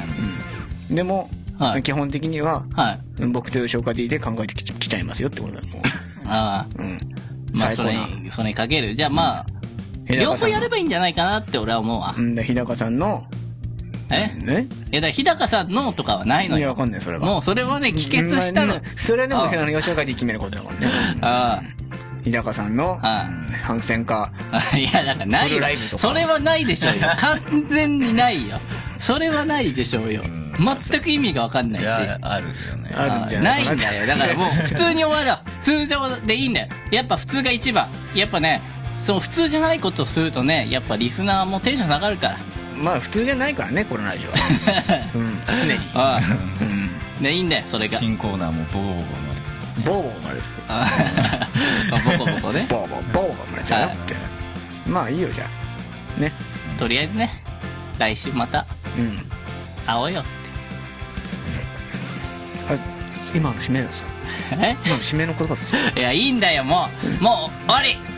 S2: い。
S1: でも、
S2: はい
S1: 基本的には
S2: はい。
S1: 僕と吉岡 D で考えてきちきちゃいますよってことだも
S2: ああ。 [laughs]
S1: う、うん、
S2: まあ、それ
S1: 最高、
S2: それにかける。じゃあまあ、
S1: うん
S2: 両方やればいいんじゃないかなって俺は思うわ
S1: う。んだ日高さんの
S2: え
S1: ね
S2: いや、だから日高さんのとかはない
S1: い
S2: の
S1: や
S2: よ
S1: わ。かんないそれは
S2: もうそれはね、帰結したの
S1: うん。それはでも
S2: ああ
S1: あの吉岡 D 決めることだもんね
S2: [laughs] ああ。
S1: 日高さんの
S2: は
S1: 反戦化
S2: い。いや、だからな
S1: フ
S2: い
S1: ル
S2: よ
S1: ライブと。か
S2: それはないでしょうよ。完全にないよ。それはないでしょうよ。全く意味がわかんない
S3: い
S2: し。
S3: や、あるよね。
S1: あるんじゃない
S2: ないんだよだからもう普通に終わろう通常でいいんだよやっぱ普通が一番やっぱねその普通じゃないことをするとねやっぱリスナーもテンション下がるから
S1: まあ普通じゃないからねこのラ
S2: [laughs]
S1: ジオは、うん、常に
S2: ああねいいんだよそれが
S3: 新コーナーもボコボコの。
S1: ボーボー生まれて
S2: ああボコボコね
S1: ボーボーボーボー生まれてなってまあいいよじゃあね
S2: とりあえずね来週また
S1: うん
S2: 会おうよ
S1: あ今の締めです
S2: え
S1: 今の締めの言葉です
S2: いやいいんだよもうもう終わり